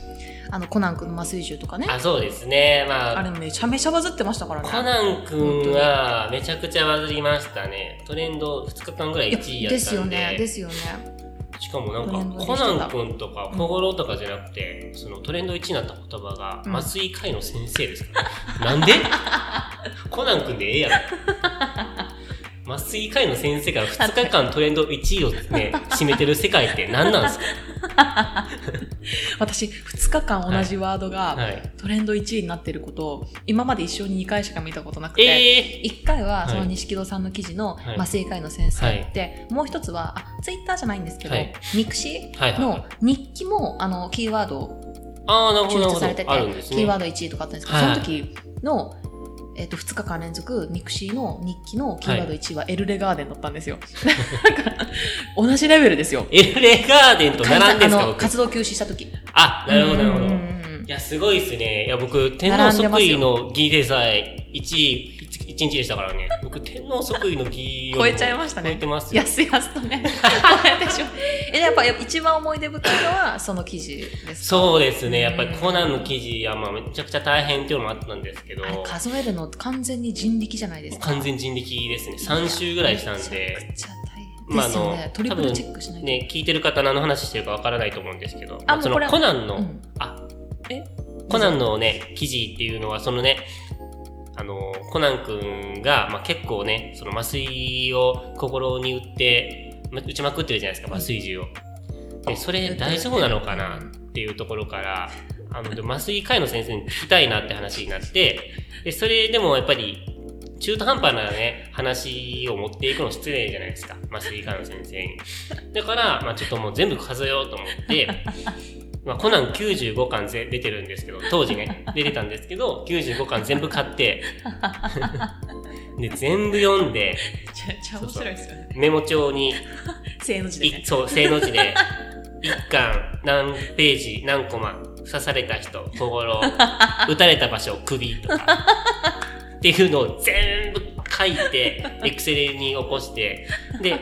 Speaker 1: あのコナン君の麻酔銃とかねあ
Speaker 2: あ、そうですね。まあ、
Speaker 1: れめちゃめちゃバズってましたからね
Speaker 2: コナン君はめちゃくちゃバズりましたね。トレンド2日間ぐらい1位
Speaker 1: いや
Speaker 2: や
Speaker 1: で
Speaker 2: った
Speaker 1: すよ
Speaker 2: んで。
Speaker 1: ねですよね
Speaker 2: しかもな
Speaker 1: トレンド
Speaker 2: んか、
Speaker 1: で
Speaker 2: コ
Speaker 1: してた
Speaker 2: ナン君とか小五郎とかじゃなくて、そのトレンド1位になった言葉が、
Speaker 1: うん
Speaker 2: 松井海の先生ですか ら、なんでコナン君でええやろ。松井海の先生が2日間トレンド1位を ね、占めてる世界って何なんですか
Speaker 1: 私2日間同じワードが、
Speaker 2: はい。
Speaker 1: トレンド1位になってることを今まで一生に2回しか見たことなくて、
Speaker 2: え
Speaker 1: 1回はその
Speaker 2: はい
Speaker 1: 錦戸さんの記事の
Speaker 2: はい
Speaker 1: 麻酔科医の先生で、もう一つはあツイッターじゃないんですけど、
Speaker 2: はい
Speaker 1: ミクシ
Speaker 2: ー、は
Speaker 1: ー
Speaker 2: いはいはい
Speaker 1: の。日記もあのキーワードを
Speaker 2: ああ、なるほ
Speaker 1: 抽
Speaker 2: ど、な
Speaker 1: 出され
Speaker 2: る
Speaker 1: て
Speaker 2: ほ
Speaker 1: て、
Speaker 2: ど。あるんです
Speaker 1: キーワー
Speaker 2: ね。
Speaker 1: ド1位とかあったんですけど、
Speaker 2: はい
Speaker 1: その時の、えっと2日間連続ミクシーの日記のキーワード1位はエルレガーデンだったんですよ。なんか同じレベルですよ。
Speaker 2: エルレガーデンと並んでんす
Speaker 1: あ
Speaker 2: か、
Speaker 1: の
Speaker 2: 僕。
Speaker 1: 活動休止した時
Speaker 2: あ、なるほど、なるほど。
Speaker 1: うんうんう
Speaker 2: い
Speaker 1: んうん
Speaker 2: や、すごいですね。いや、僕、天皇即位の儀でさえ1位、1日でしたからね。僕、天皇即位の儀を。
Speaker 1: 超えちゃいましたね
Speaker 2: 超えてますよ
Speaker 1: や。すやすと ね 超えてしまうえやっぱ一番思い出深いのはその記事ですか
Speaker 2: そうですね。やっぱりコナンの記事は、まあ、めちゃくちゃ大変っていうのもあったんですけど、
Speaker 1: あれ数えるの完全に人力じゃないですか。
Speaker 2: 完全人力ですね。3週ぐらいしたん
Speaker 1: めち
Speaker 2: で、
Speaker 1: ゃくちゃ
Speaker 2: まあ
Speaker 1: 大変ですよね。
Speaker 2: あの
Speaker 1: トリプルチェックしないと。
Speaker 2: ね、聞いてる方何の話してるかわからないと思うんですけど、
Speaker 1: あ
Speaker 2: まあそ
Speaker 1: もうこ
Speaker 2: の
Speaker 1: れは
Speaker 2: コナンの、
Speaker 1: うん
Speaker 2: あ、コナンのね、記事っていうのは、そのね、あの、コナン君が、まあ、結構ね、その麻酔を心に打って、ま打ちまくってるじゃないですか、麻酔銃を。で、それ大丈夫なのかなっていうところから、あの、で麻酔科医の先生に聞きたいなって話になって、で、それでもやっぱり、中途半端なね、話を持っていくの失礼じゃないですか。麻酔科医の先生に。だから、まあちょっともう全部数えようと思って、 まあ、コナン95巻ぜ出てるんですけど、当時ね、出てたんですけど、95巻全部買って、 で、全部読んで、
Speaker 1: めちゃめちゃ面白いですよね。
Speaker 2: メモ帳に、
Speaker 1: 正の字で
Speaker 2: い
Speaker 1: ね。
Speaker 2: そう、正の 字で、1巻、何ページ、何コマ、刺された人、小五郎、撃たれた場所、首とか、っていうのを全部書いて、エクセルに起こして、で、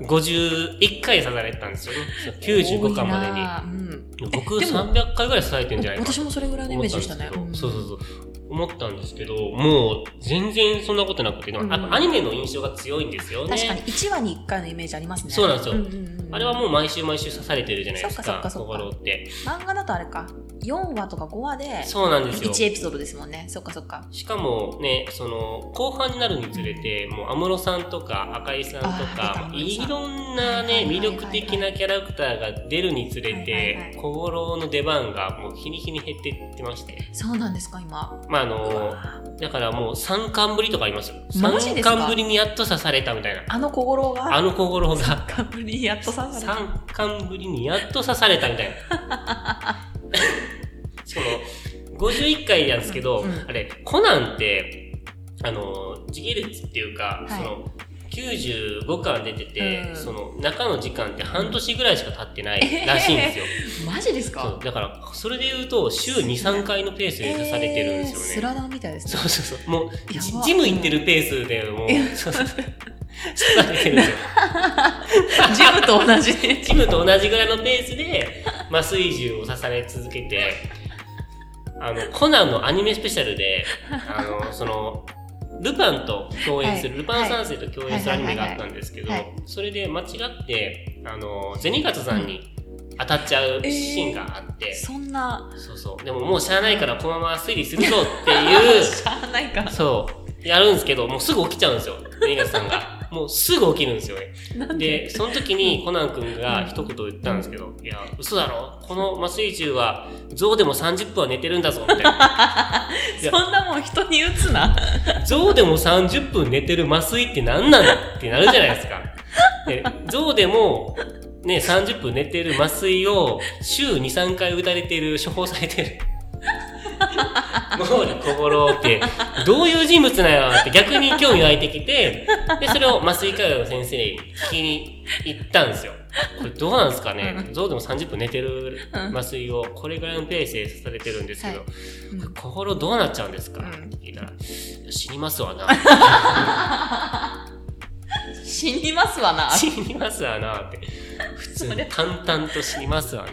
Speaker 2: 51回刺されてたんですよね。95巻までに。
Speaker 1: 多いなぁ
Speaker 2: 僕
Speaker 1: でも
Speaker 2: 300回ぐらい刺されてんじゃないかな
Speaker 1: 私もそれぐらいのイメージでしたね。
Speaker 2: 思ったん
Speaker 1: ん
Speaker 2: ですけどそうそうそう。思ったんですけど、もう全然そんなことなくて、で
Speaker 1: うん
Speaker 2: もあとアニメの印象が強いんですよね。
Speaker 1: 確かに1話に1回のイメージありますね。
Speaker 2: そうなんですよ
Speaker 1: んん
Speaker 2: あれはもう毎週毎週刺されてるじゃないです
Speaker 1: そっか
Speaker 2: か、
Speaker 1: そっ
Speaker 2: 小
Speaker 1: かそっか
Speaker 2: 五郎って。
Speaker 1: 漫画だとあれか、4話とか5話で
Speaker 2: そうなんですよ。
Speaker 1: 1エピソードですもんね。そっかそっか。
Speaker 2: しかもね、その、後半になるにつれて、もう安室さんとか赤井さんと
Speaker 1: あー
Speaker 2: か、
Speaker 1: 出
Speaker 2: い
Speaker 1: た安室さん
Speaker 2: ろんな
Speaker 1: はいはい
Speaker 2: ね、
Speaker 1: はい
Speaker 2: 魅
Speaker 1: はい
Speaker 2: 力的なキャラクターが出るにつれ
Speaker 1: はいはいはい
Speaker 2: て、小五郎の出番がもう日に日に減ってってまして。
Speaker 1: そうなんですか、今。
Speaker 2: まああ
Speaker 1: う
Speaker 2: の、
Speaker 1: わぁ
Speaker 2: だからもう3巻ぶりとかありますよ。
Speaker 1: マジで
Speaker 2: 3
Speaker 1: すか
Speaker 2: 巻ぶりにやっと刺されたみたいな。
Speaker 1: あの小五郎が、
Speaker 2: あの小五郎が
Speaker 1: カブリやっと刺された。
Speaker 2: 3巻ぶりにやっと刺されたみたいな。 その、51回なんですけど、
Speaker 1: うん
Speaker 2: あれ、コナンって、あの、時系列っていうか、
Speaker 1: はい
Speaker 2: その、 95巻出てて、
Speaker 1: うん
Speaker 2: その中の時間って半年ぐらいしか経ってないらしいんですよ。
Speaker 1: マジです
Speaker 2: そ
Speaker 1: か
Speaker 2: うだから、それで言うと、週2、3回のペースで出されてるんですよね。
Speaker 1: えースラダンみたいです
Speaker 2: そ
Speaker 1: ね
Speaker 2: うそうそう。もう、ジ
Speaker 1: やば
Speaker 2: ジム行ってるペースでもう、
Speaker 1: いや
Speaker 2: そうそう。刺されてるんですよ。
Speaker 1: ジムと同じ
Speaker 2: ジムと同じぐらいのペー スで、麻酔銃を刺され続けて、あの、コナンのアニメスペシャ ルで、あの、その、ルパンと共演する、
Speaker 1: はい
Speaker 2: ルパン三世と共演するアニメがあったんですけど
Speaker 1: はいはいは、
Speaker 2: それで間違って、あの、ゼニガツさんに当たっちゃうシーンがあって、
Speaker 1: そんな
Speaker 2: そうそう。でももうしゃあないからこのまま推理するぞっ ていう、
Speaker 1: しゃあないか
Speaker 2: そう。やるんですけど、もうすぐ起きちゃうんですよ。ネイガスさんが。 もうすぐ起きるんですよね。
Speaker 1: なん
Speaker 2: で、その時にコナン君が一言言ったんですけど、いや、嘘だろこの麻酔銃は、象でも30分は寝てるんだぞ、みたいな。いや
Speaker 1: そんなもん人に打つな
Speaker 2: 象でも30分寝てる麻酔って何なんだってなるじゃない ですか。で、象でも、ね、30分寝てる麻酔を週2、3回打たれてる、処方されてる。毛利小五郎って、どういう人物なんやろって逆に興味湧いてきて、で、それを麻酔科学の先生に聞きに行ったんですよ。これどうなんですかね、象でも30分寝てる麻酔をこれぐらいのペースで刺されてるんですけど、
Speaker 1: はいうん
Speaker 2: 小五郎どうなっちゃうんですか、
Speaker 1: うん
Speaker 2: って聞いたら、いや死にま すわな。
Speaker 1: 死にますわな
Speaker 2: 死にますわなって。普通に淡々と死にま すわな。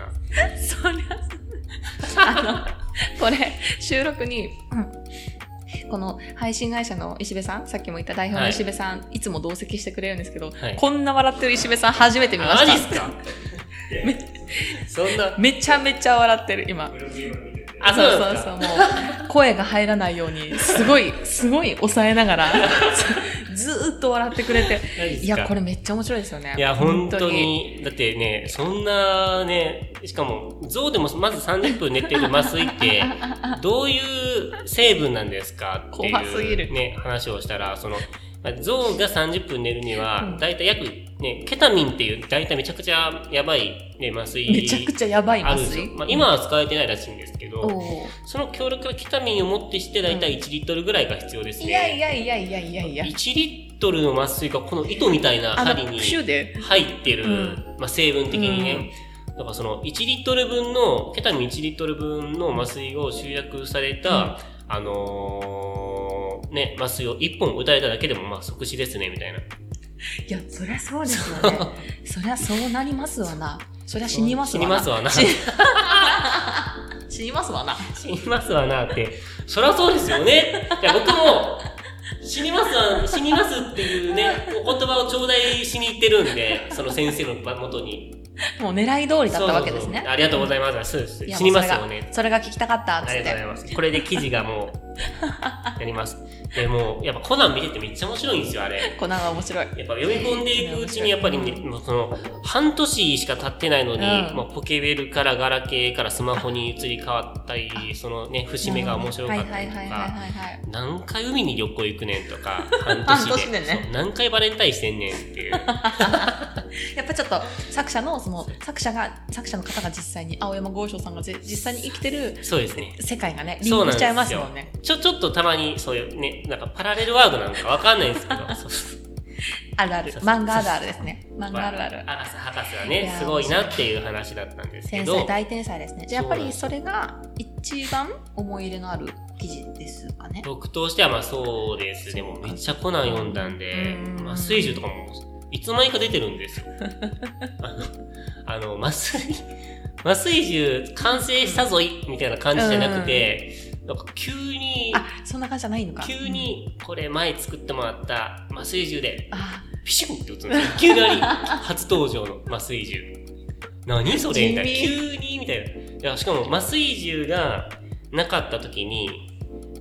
Speaker 1: そりゃ、あの、これ、収録に、この配信会社の石部さん、さっきも言った代表の石部さん、い、つも同席してくれるんですけど、
Speaker 2: はい
Speaker 1: こんな笑ってる石部さん初めて見ま
Speaker 2: マ
Speaker 1: し
Speaker 2: ジっす
Speaker 1: た。
Speaker 2: かそんな。
Speaker 1: めちゃめちゃ笑ってる、今。
Speaker 2: あ、そう
Speaker 1: そ
Speaker 2: なん
Speaker 1: う
Speaker 2: で
Speaker 1: そう
Speaker 2: す
Speaker 1: そう、
Speaker 2: か。
Speaker 1: もう、声が入らないように、すご い、すごい抑えながら、 ずずーっと笑ってくれて、
Speaker 2: マジっすか
Speaker 1: いや、これめっちゃ面白いですよね。
Speaker 2: いや、本当。に。だってね、そんなね、しかも、象でもまず30分寝てる麻 酔って、どういう成分なんですかって
Speaker 1: 怖すぎ
Speaker 2: いう、
Speaker 1: る
Speaker 2: ね、話をしたら、その、まあ象が30分寝るに
Speaker 1: う
Speaker 2: は
Speaker 1: ん、
Speaker 2: だいたい約、ね、ケタミンっていう、だいたいめちゃくちゃやばい、ね、麻酔。
Speaker 1: めちゃくちゃやばい麻
Speaker 2: あるんですよ
Speaker 1: 酔。。
Speaker 2: まあ、今は使えてないらしいんですけど、
Speaker 1: おー
Speaker 2: その強力なキタミンをもってして大体1リットルぐらいが必要ですね。
Speaker 1: いやいやいやいやいやいや。
Speaker 2: 1リットルの麻酔がこの糸みたいな
Speaker 1: あ
Speaker 2: 針
Speaker 1: の、
Speaker 2: に
Speaker 1: プシュで。
Speaker 2: 入ってる、
Speaker 1: うん
Speaker 2: まあ、成分的にね。だからその1リットル分の、ケタミン1リットル分の麻酔を集約された、あのーね、麻酔を1本打たれただけでも、まあ、即死ですね、みたいな。
Speaker 1: いや、そりゃそうですよね。そりゃそうなりますわな。そりゃ死にます
Speaker 2: 死
Speaker 1: わ
Speaker 2: に
Speaker 1: な。
Speaker 2: ますわな。
Speaker 1: 死死にますわな。
Speaker 2: 死にますわなって、そりゃそうですよね。いや、僕も、死にますわ、死にますっていうね、お言葉を頂戴しに行ってるんで、その先生の元に。
Speaker 1: もう狙い通りだったわけです
Speaker 2: そうそう
Speaker 1: ね
Speaker 2: そう。ありがとうございます。そうです。
Speaker 1: いや
Speaker 2: 死にます
Speaker 1: も
Speaker 2: よ
Speaker 1: うそれ
Speaker 2: ね
Speaker 1: が。それが聞きたかったっつ
Speaker 2: あり
Speaker 1: っ
Speaker 2: がとうござい
Speaker 1: て。
Speaker 2: ます。これで記事がも う、やります。でもう、やっぱコナン見ててめっちゃ面白いんですよ、あれ。
Speaker 1: コナンは面白い。
Speaker 2: やっぱ読み込んでいくうちにやっぱりね、もうその半年しか経ってないのに、
Speaker 1: うん
Speaker 2: まあ、ポケベルからガラケーからスマホに移り変わったり、そのね、節目が面白かったりと
Speaker 1: はいはいはい
Speaker 2: か、
Speaker 1: はいはいはい。
Speaker 2: 何回海に旅行行くねんと か、半年で。
Speaker 1: 半年でね
Speaker 2: そう何回バレンタインしてんねんっていう。
Speaker 1: やっぱちょっと作者の、その、作者が、作者の方が実際に、青山豪昌さんがぜ実際に生きてる
Speaker 2: そうですね。
Speaker 1: 世界がね、リ
Speaker 2: そう
Speaker 1: ン
Speaker 2: なん
Speaker 1: クし
Speaker 2: ですよ
Speaker 1: ちゃいますもんね。
Speaker 2: ちょ、ちょっとたまにそういうね、なんかパラレルワールドなんかわかんないんですけ ど、そうそう
Speaker 1: あるある。
Speaker 2: そうそう
Speaker 1: 漫画あるあるですね。漫画あるある。
Speaker 2: アガサ博士はいね
Speaker 1: や、ー
Speaker 2: すごいなっていう話だったんですけ
Speaker 1: 天
Speaker 2: ど。
Speaker 1: 才大天才ですねじゃあやっぱり
Speaker 2: そ
Speaker 1: それが一番思い入れのある記事ですかね
Speaker 2: 僕としてはまあそうですでもめっちゃコナン読んだんで
Speaker 1: うん
Speaker 2: 麻酔銃とかもいつの間にか出てる んですよあのあの麻酔 麻酔銃完成したぞいみたいな感じじゃなくて、なんか急に
Speaker 1: あそんな感じじゃないのか
Speaker 2: 急にこれ前作ってもらった麻酔銃で
Speaker 1: うんあ
Speaker 2: ピシュンって打つんですよいきなり初登場の麻酔銃何それみたいな
Speaker 1: 地味
Speaker 2: 急にみたいないやしかも麻酔銃がなかった時に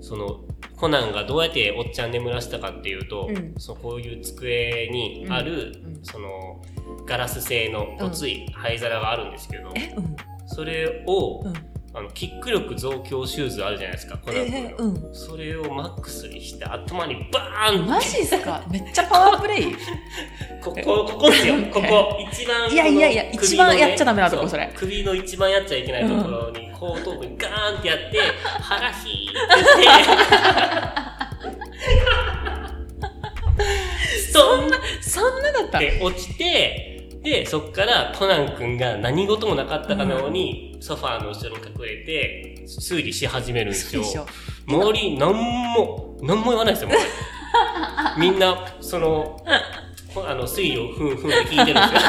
Speaker 2: そのコナンがどうやっておっちゃん眠らせたかっていうと、
Speaker 1: うん
Speaker 2: そのこういう机にある、
Speaker 1: うんうん
Speaker 2: そのガラス製のごつい灰皿があるんですけど、
Speaker 1: えうん
Speaker 2: それを、
Speaker 1: うん
Speaker 2: あのキック力増強シューズあるじゃないですかコナン君の
Speaker 1: えー、うん
Speaker 2: それをマックスにして頭にバーン
Speaker 1: マジですかめっちゃパワープ レイ
Speaker 2: ここ、こ こですよ、ここ、一番、
Speaker 1: いやいやいや
Speaker 2: この
Speaker 1: 一番やっちゃダメなとこ
Speaker 2: 首のね
Speaker 1: そう
Speaker 2: 首の一番やっちゃいけないところに、後頭部にガーンって やって、腹ひーってして、ス
Speaker 1: そんな、そんなだった。
Speaker 2: で、落ちて、で、そっからコナン君が何事もなかったかのように、ソファーの後ろに隠れて、推理し始めるんです
Speaker 1: そう
Speaker 2: よ。
Speaker 1: でしょ。
Speaker 2: 周り、なんも、なんも言わないです よ、周りみんな、その、こあの、推理をふんふんって聞い てるんで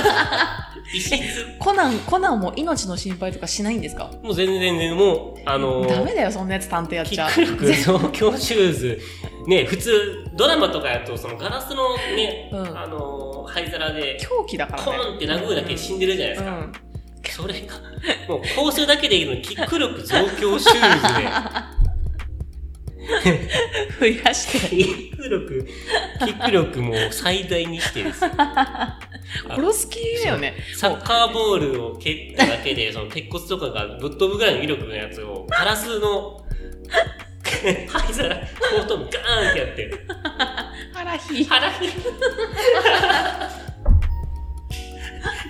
Speaker 2: すよ。一
Speaker 1: コナン、コナンも命の心配とかしないんですか
Speaker 2: 室もう全然全然、もう、あの、
Speaker 1: ダメだよ、そんなやつ探偵やっ
Speaker 2: キ
Speaker 1: ちゃ
Speaker 2: ック
Speaker 1: う。
Speaker 2: 力、増強シューズ。ね、普通、ドラマとかやと、そのガラスのね、
Speaker 1: うん
Speaker 2: あの、灰皿で、
Speaker 1: 狂気だから
Speaker 2: コ
Speaker 1: ね。
Speaker 2: ーンって殴るだけで死んでるじゃないですか。
Speaker 1: うん
Speaker 2: それが、もうこうするだけでいいのに、キック力増強シュ ー
Speaker 1: 増やして
Speaker 2: ズで、キック力、キック力もう最大にしてですよ。
Speaker 1: 殺す気だよね
Speaker 2: サッカーボールを蹴っただけで、その鉄骨とかがぶっ飛ぶぐらいの威力のやつを、ガラスの、 灰皿、後頭部ガーンってやって、
Speaker 1: 腹引い
Speaker 2: 腹い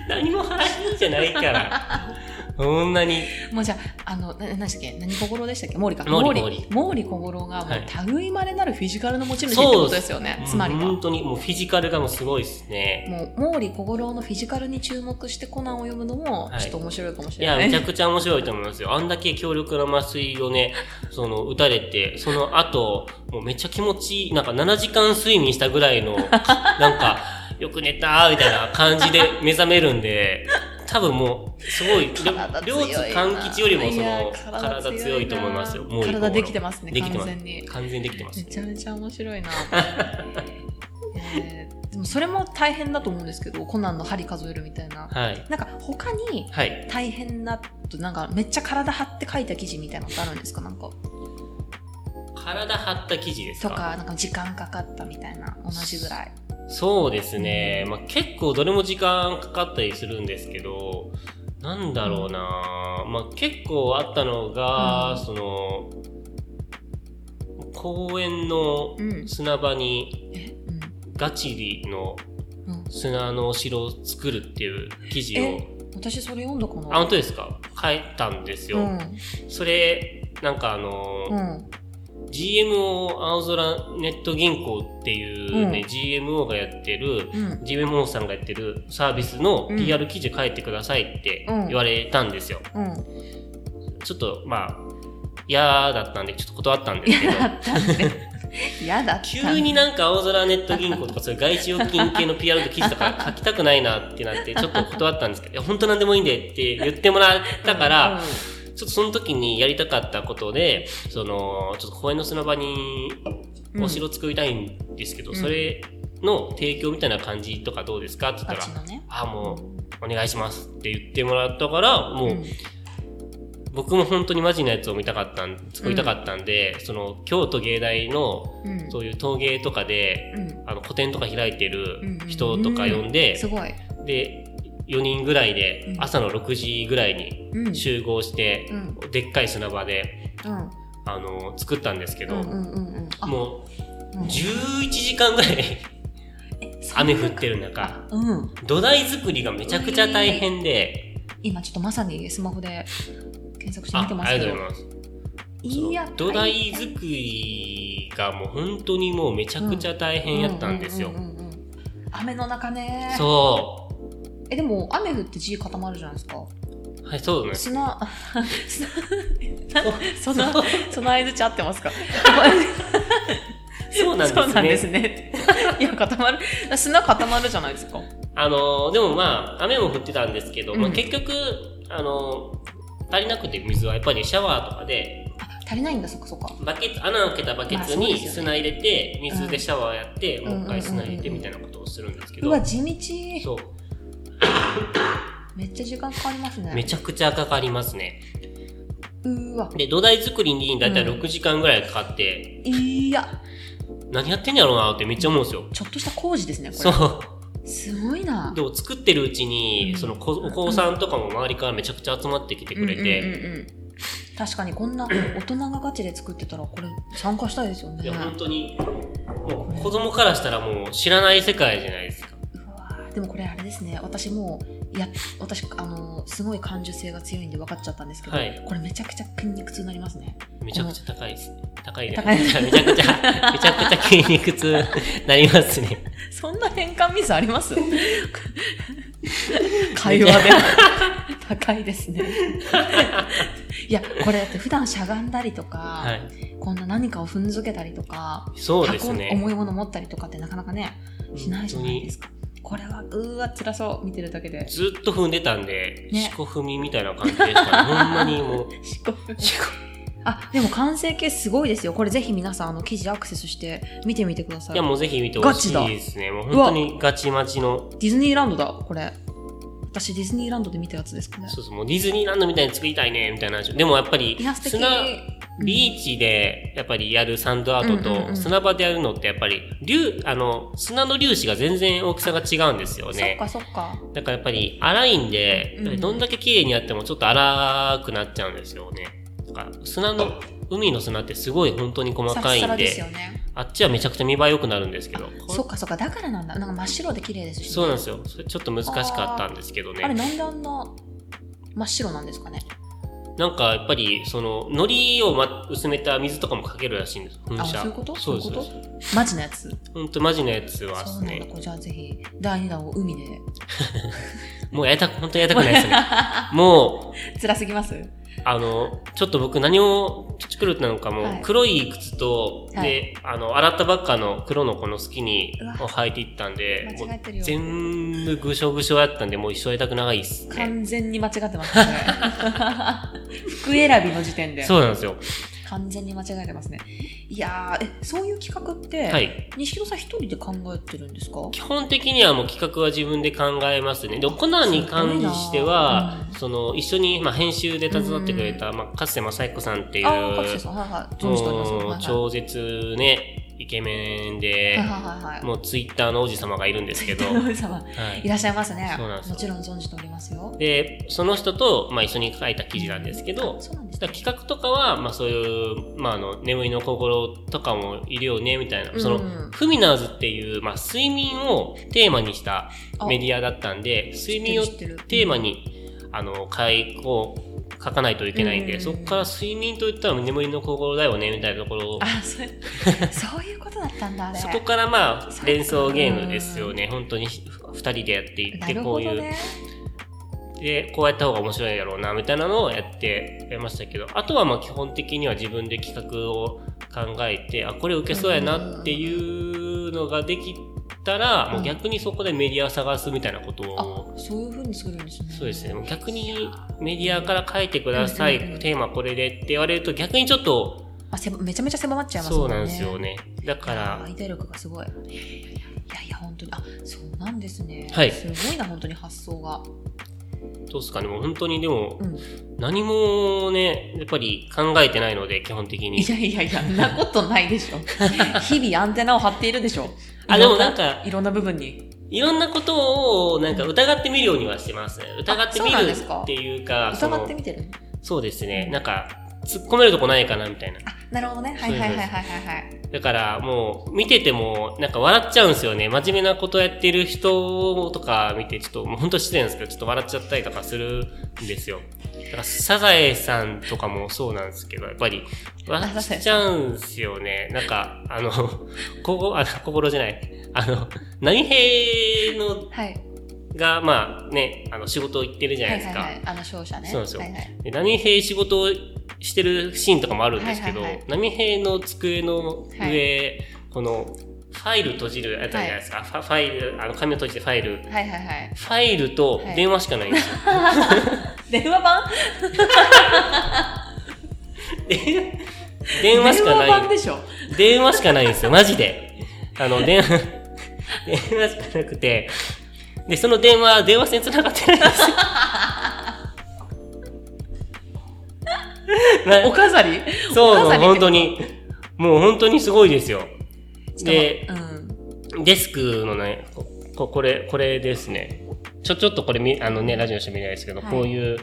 Speaker 2: 何も腹いじゃないからそんなに
Speaker 1: もうじゃああのな何でしたっけ何小五郎でしたっけ毛利か
Speaker 2: 毛利
Speaker 1: 毛利毛利小五郎がも
Speaker 2: はいう
Speaker 1: 類いまれなるフィジカルの持ち主って
Speaker 2: そ
Speaker 1: こ
Speaker 2: う
Speaker 1: とですよね、つまり
Speaker 2: うん
Speaker 1: は
Speaker 2: 本当にもうフィジカルがもうすごいですね
Speaker 1: もう毛利小五郎のフィジカルに注目してコナンを読むのも
Speaker 2: はい
Speaker 1: ちょっと面白いかもし
Speaker 2: い
Speaker 1: れ
Speaker 2: や
Speaker 1: ない、
Speaker 2: めちゃくちゃ面白いと思いますよあんだけ強力な麻酔をねその打たれてその後もうめっちゃ気持ちいいなんか7時間睡眠したぐらいの なんかよく寝たーみたいな感じで目覚めるんで多分もうすごい
Speaker 1: 体強
Speaker 2: 両
Speaker 1: い
Speaker 2: 津
Speaker 1: な
Speaker 2: 勘吉よりもそ
Speaker 1: いや
Speaker 2: の体強いと思いますよ
Speaker 1: な
Speaker 2: もう一個
Speaker 1: 体できてますね
Speaker 2: できてま
Speaker 1: 完
Speaker 2: す
Speaker 1: 全に
Speaker 2: 完全にできてま
Speaker 1: め
Speaker 2: す。
Speaker 1: ちゃめちゃ面白いな、えーでもそれも大変だと思うんですけどコナンの針数えるみたいな
Speaker 2: はい。
Speaker 1: なんか他に
Speaker 2: はい。
Speaker 1: 大変なとなんかめっちゃ体張って書いた記事みたいなのってあるんですかなんか
Speaker 2: 体張った生地です
Speaker 1: と
Speaker 2: か
Speaker 1: かなんか時間かかったみたいな同じぐらい
Speaker 2: そうですね。まあ、結構どれも時間かかったりするんですけど、なんだろうなまあ、結構あったのが、
Speaker 1: うん
Speaker 2: その、公園の
Speaker 1: うんうん
Speaker 2: 砂場にガチリの
Speaker 1: うん
Speaker 2: 砂のお城を作るっていう記事を、
Speaker 1: 私それ読んだか
Speaker 2: あ、
Speaker 1: な
Speaker 2: 本当ですか書いたんですよ。それ、なんかあの
Speaker 1: うんうん、
Speaker 2: GMO 青空ネット銀行っていうね、
Speaker 1: うん
Speaker 2: GMO がやってる、
Speaker 1: うん、
Speaker 2: GMO さんがやってるサービスの
Speaker 1: うん
Speaker 2: PR 記事書いてくださいって
Speaker 1: うん
Speaker 2: 言われたんですよ。
Speaker 1: うん、
Speaker 2: ちょっと、まあ、嫌だったんで、ちょっと断ったんですけ ど
Speaker 1: 嫌、だったん で嫌だった
Speaker 2: 急に
Speaker 1: な
Speaker 2: なんか青空ネット銀行とか、そういう外資預金系の PR の記事とか書きたくないなってなって、ちょっと断ったんですけど、いや、本当なんでもいいんでって言ってもらったから、ちょっとその時にやりたかったことで、その、ちょっと公園の砂場にお城作りたいんですけど、
Speaker 1: うん
Speaker 2: それの提供みたいな感じとかどうですかって言
Speaker 1: あ
Speaker 2: っ
Speaker 1: ったち
Speaker 2: ら、
Speaker 1: のね
Speaker 2: あ、もうお願いしますって言ってもらったから、もう、
Speaker 1: ん
Speaker 2: 僕も本当にマジなやつを見たかったん、作りたかったんで、その、京都芸大の、
Speaker 1: うん
Speaker 2: そういう陶芸とかで、
Speaker 1: うん
Speaker 2: あの、個展とか開いてる
Speaker 1: うん
Speaker 2: 人とか呼んで、
Speaker 1: すごい、
Speaker 2: で、4人ぐらいで
Speaker 1: う、ん
Speaker 2: 朝の6時ぐらいに
Speaker 1: うん、
Speaker 2: 集合して、
Speaker 1: うん
Speaker 2: でっかい砂場で、
Speaker 1: うん
Speaker 2: あの、作ったんですけ
Speaker 1: う
Speaker 2: ど、
Speaker 1: んうんうんうんあ
Speaker 2: も
Speaker 1: う
Speaker 2: うん11時間ぐらい 雨降ってる中、
Speaker 1: うん
Speaker 2: 土台作りがめちゃくちゃ大変で、
Speaker 1: 今ちょっとまさにスマホで検索して見
Speaker 2: あ
Speaker 1: てます
Speaker 2: あ
Speaker 1: け
Speaker 2: りが
Speaker 1: ど
Speaker 2: とうございます。
Speaker 1: いや
Speaker 2: その土台作りがもう本当にもうめちゃくちゃ大変やったんですよ
Speaker 1: う。んうんうんうんうん雨の中ね
Speaker 2: そ
Speaker 1: えでも雨降って地固まるじゃないですか
Speaker 2: う。はい、そうなんです。
Speaker 1: 砂砂
Speaker 2: そ
Speaker 1: そ
Speaker 2: う
Speaker 1: の
Speaker 2: そう
Speaker 1: その合図ちゃってますか
Speaker 2: そうなんですね
Speaker 1: そうなんですねいや固まる砂固まるじゃないですか
Speaker 2: あのー、でもまあ、雨も降ってたんですけど、ま
Speaker 1: う
Speaker 2: あ
Speaker 1: ん
Speaker 2: 結局、あのー、足りなくて水はやっぱりシャワーとかで、
Speaker 1: 足りないんだそっかそっか
Speaker 2: バケツ、穴を開けたバケツ
Speaker 1: まあそうで
Speaker 2: に
Speaker 1: すよね
Speaker 2: 砂入れて、水でシャワーやって、
Speaker 1: ん
Speaker 2: もう一回砂入れてみたいなことをするんですけ
Speaker 1: う
Speaker 2: ど、
Speaker 1: わ地道
Speaker 2: そう。
Speaker 1: めっちゃ時間かかりますね
Speaker 2: めちゃくちゃかかりますね。
Speaker 1: うわ
Speaker 2: で、土台作りにだいたい
Speaker 1: うん
Speaker 2: 6時間ぐらいかかって、
Speaker 1: いや
Speaker 2: 何やってんやろうなってめっちゃ思うんですよ。
Speaker 1: ちょっとした工事ですねこ
Speaker 2: そ
Speaker 1: れ
Speaker 2: う。
Speaker 1: すごいな
Speaker 2: でも作ってるうちに、
Speaker 1: うん
Speaker 2: そのこお子さんとかも周りからめちゃくちゃ集まってきてくれて、
Speaker 1: うんうんうんうん確かにこん な大人がガチで作ってたらこれ参加したいですよね
Speaker 2: いや本当にもう子供からしたらもう知らない世界じゃないですか。
Speaker 1: うわーでもこれあれですね私もうや私あのすごい感受性が強いんで分かっちゃったんですけど、
Speaker 2: はい
Speaker 1: これめちゃくちゃ筋肉痛になりますね
Speaker 2: めちゃくちゃ高いですね。高いね。
Speaker 1: 高い
Speaker 2: めちゃめちゃくちゃ、めちゃくちゃ筋肉痛なりますね。
Speaker 1: そんな変換ミスあり ます会話で高いですねいやこれだって普段しゃがんだりとか、
Speaker 2: はい。
Speaker 1: こんな何かを踏んづけたりとか、
Speaker 2: そうですね。
Speaker 1: 箱重いもの持ったりとかってなかなかねしないじゃないですかこれはうーわ辛そう見てるだけで
Speaker 2: ずっと踏んでたんで、
Speaker 1: ね
Speaker 2: 四股踏みみたいな感じでした、ね。 ほんまにもう、
Speaker 1: しこふ
Speaker 2: 四股
Speaker 1: あでも完成形すごいですよこれぜひ皆さんあの記事アクセスして見てみてください
Speaker 2: いやもうぜひ見てほしいですね。もう本当にガチ待ちの、
Speaker 1: ディズニーランドだこれ私ディズニーランドで見たやつですかね
Speaker 2: そうそう、もうディズニーランドみたいに作りたいね、みたいな話。でもやっぱり
Speaker 1: イラス、ト的
Speaker 2: 砂、ビーチでやっぱりやるサンドアート
Speaker 1: うんうんう
Speaker 2: と
Speaker 1: ん
Speaker 2: 砂場でやるのってやっぱり粒あの砂の粒子が全然大きさが違うんですよ
Speaker 1: そっ
Speaker 2: ね
Speaker 1: かそっか
Speaker 2: だからやっぱり粗いんで、
Speaker 1: うんうん
Speaker 2: どんだけ綺麗にやってもちょっと粗くなっちゃうんですよねだから砂の海の砂ってすごい本当に細
Speaker 1: サ
Speaker 2: か
Speaker 1: ラ
Speaker 2: い
Speaker 1: サラ
Speaker 2: んで
Speaker 1: ですよね
Speaker 2: あっちはめちゃくちゃ見栄え良くなるんですけど
Speaker 1: そっかそっかだからなんだなんか真っ白で綺麗ですしね、
Speaker 2: そうなんですよそれちょっと難しかったんですけど
Speaker 1: あれ
Speaker 2: ね
Speaker 1: なんであんな真っ白なんですかね
Speaker 2: なんかやっぱりその糊を、ま、薄めた水とかもかけるらしいんです噴
Speaker 1: あ
Speaker 2: 射
Speaker 1: そういうこと
Speaker 2: そうです
Speaker 1: そういうこと
Speaker 2: そうです
Speaker 1: マジのやつ
Speaker 2: ほんとマジのやつはで
Speaker 1: そ
Speaker 2: す
Speaker 1: うなんだ
Speaker 2: ね
Speaker 1: これじゃあぜひ第2弾を海で
Speaker 2: もうやりたく、本当にやりたくないです ね。もう、
Speaker 1: 辛すぎます
Speaker 2: あの、ちょっと僕何を作るなのかも、
Speaker 1: はい
Speaker 2: 黒い靴と、
Speaker 1: はい
Speaker 2: で、あの、洗ったばっかの黒のこのスキニ
Speaker 1: うわ
Speaker 2: ーを履いていったんで、もう
Speaker 1: 間違えてるよ
Speaker 2: 全部ぐしょぐしょやったんで、もう一生やりたくないっすね。
Speaker 1: 完全に間違ってますね 服選びの時点で
Speaker 2: そうなんですよ。
Speaker 1: 完全に間違えてますねいやーえそういう企画って、
Speaker 2: はい。
Speaker 1: 西野さん一人で考えてるんですか
Speaker 2: 基本的にはもう企画は自分で考えますね。で、コナンに関して
Speaker 1: すごい
Speaker 2: は
Speaker 1: な、うん
Speaker 2: その、一緒に、まあ、編集で携わってくれた、まあ、かつてまさ彦さんっていう、
Speaker 1: ああ各社さんはいはい存じております
Speaker 2: もう
Speaker 1: は
Speaker 2: 超絶ね、イケメン
Speaker 1: い
Speaker 2: で、
Speaker 1: はいはいはいはい
Speaker 2: もうツイッターの王子様がいるんですけど、は
Speaker 1: はい様い
Speaker 2: い、
Speaker 1: らっしゃいますね
Speaker 2: そうなんですよ
Speaker 1: もちろん存じておりますよ
Speaker 2: でその人と、まあ、一緒に書いた記事なんですけど
Speaker 1: そうなんです
Speaker 2: だから企画とかは、まあ、そういう、まあ、あの眠りの心とかもいるよねみたいな、その
Speaker 1: うん
Speaker 2: フミナーズっていう、まあ、睡眠をテーマにしたメディアだったんで睡眠を
Speaker 1: 知ってる知ってる
Speaker 2: テーマに、あの開こう書かないといけないんで、
Speaker 1: うん
Speaker 2: そこから睡眠といったら眠りの心だよねみたいなところを
Speaker 1: あそうそういうことだったんだあれ
Speaker 2: そこからま
Speaker 1: そっ
Speaker 2: あ
Speaker 1: か
Speaker 2: 連想ゲームですよね本当に2人でやっていっ
Speaker 1: な
Speaker 2: て
Speaker 1: る
Speaker 2: こ
Speaker 1: ほ
Speaker 2: うい
Speaker 1: ど
Speaker 2: う
Speaker 1: ね
Speaker 2: でこうやった方が面白いやろうなみたいなのをやってやりましたけどあとはまあ基本的には自分で企画を考えてあこれ受けそうやなっていうのができたら
Speaker 1: うん
Speaker 2: もう逆にそこでメディアを探すみたいなことを
Speaker 1: あそういうふうに作るんですね
Speaker 2: そうですねもう逆にメディアから書いてくださ
Speaker 1: うんうんうん
Speaker 2: いテーマこれでって言われると逆にちょっと
Speaker 1: あせめちゃめちゃ狭まっちゃいますも
Speaker 2: そうん
Speaker 1: ね
Speaker 2: なんですよねだか
Speaker 1: いや
Speaker 2: ら
Speaker 1: ーアイデア力がすごい。いやいやいや本当にあそうなんですね。
Speaker 2: はい
Speaker 1: すごいな本当に発想が。
Speaker 2: どうですかねもう本当にでも
Speaker 1: うん。
Speaker 2: 何もねやっぱり考えてないので基本的に
Speaker 1: いやいやいやそんなことないで しょ。日々アンテナを張っているでしょ。
Speaker 2: あでもなんか
Speaker 1: いろんな部分に。
Speaker 2: いろんなことをなんか疑ってみるようにはしてます。疑って
Speaker 1: そう
Speaker 2: み
Speaker 1: なん
Speaker 2: る
Speaker 1: ですか
Speaker 2: っていうか、そ
Speaker 1: 疑っ
Speaker 2: の
Speaker 1: てみてる。
Speaker 2: そうですね。なんか突っ込めるとこないかなみたいな。
Speaker 1: あなるほどね。はいはいはいはいはいはい。
Speaker 2: だからもう見ててもなんか笑っちゃうんですよね。真面目なことやってる人とか見てちょっともう本当失礼なんですけど、ちょっと笑っちゃったりとかするんですよ。だからサザエさんとかもそうなんですけど、やっぱり笑っちゃうんですよね。なんかあの、 ここ、あ、心じゃない。あの、波平の
Speaker 1: はい
Speaker 2: が、まあね、あの仕事行ってるじゃ
Speaker 1: は
Speaker 2: ない
Speaker 1: い
Speaker 2: で
Speaker 1: は
Speaker 2: す
Speaker 1: い
Speaker 2: か。
Speaker 1: はい。あの勝者ね。
Speaker 2: そうですよ
Speaker 1: はいはい。
Speaker 2: で波平仕事をしてるシーンとかもあるんですけど、
Speaker 1: はいはいはい
Speaker 2: 波平の机の上、
Speaker 1: は
Speaker 2: このファイル閉じるやつあるじゃないですか。ファファイル、あの紙を閉じてファイル。
Speaker 1: はいはいはい。
Speaker 2: ファイルと
Speaker 1: はい
Speaker 2: 電話しかないんですよ。
Speaker 1: 電話版
Speaker 2: で電話しか
Speaker 1: 電話
Speaker 2: な
Speaker 1: 版
Speaker 2: い。
Speaker 1: でしょ。
Speaker 2: 電話しかないんですよ、マジで。あの、電話、 電話しかなくて、で、その電話、電話線繋がってない んですよ。な
Speaker 1: お飾 り
Speaker 2: そう
Speaker 1: お
Speaker 2: そう、
Speaker 1: 母さんに
Speaker 2: 本当に。もう本当にすごいですよ。
Speaker 1: で
Speaker 2: で、、
Speaker 1: うん。
Speaker 2: デスクのね、こここれ、これですね。ちょ、ちょっとこれ見、あのね、ラジオの人見ないですけど、
Speaker 1: はい
Speaker 2: こういう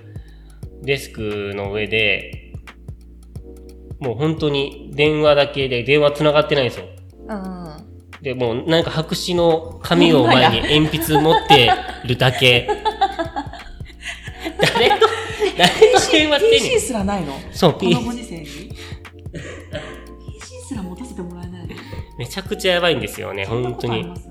Speaker 2: デスクの上で、もう本当に電話だけで、電話繋がってないんですよ。
Speaker 1: うんうん。
Speaker 2: で、もうなんか白紙の紙を前に鉛筆持ってるだけ。円は手に
Speaker 1: PC すらないのこ
Speaker 2: そう P
Speaker 1: のご時世に PC すら持たせてもらえないの
Speaker 2: めちゃくちゃやばいんですよね
Speaker 1: そんな
Speaker 2: 本
Speaker 1: こ
Speaker 2: 当
Speaker 1: とあり
Speaker 2: に
Speaker 1: ます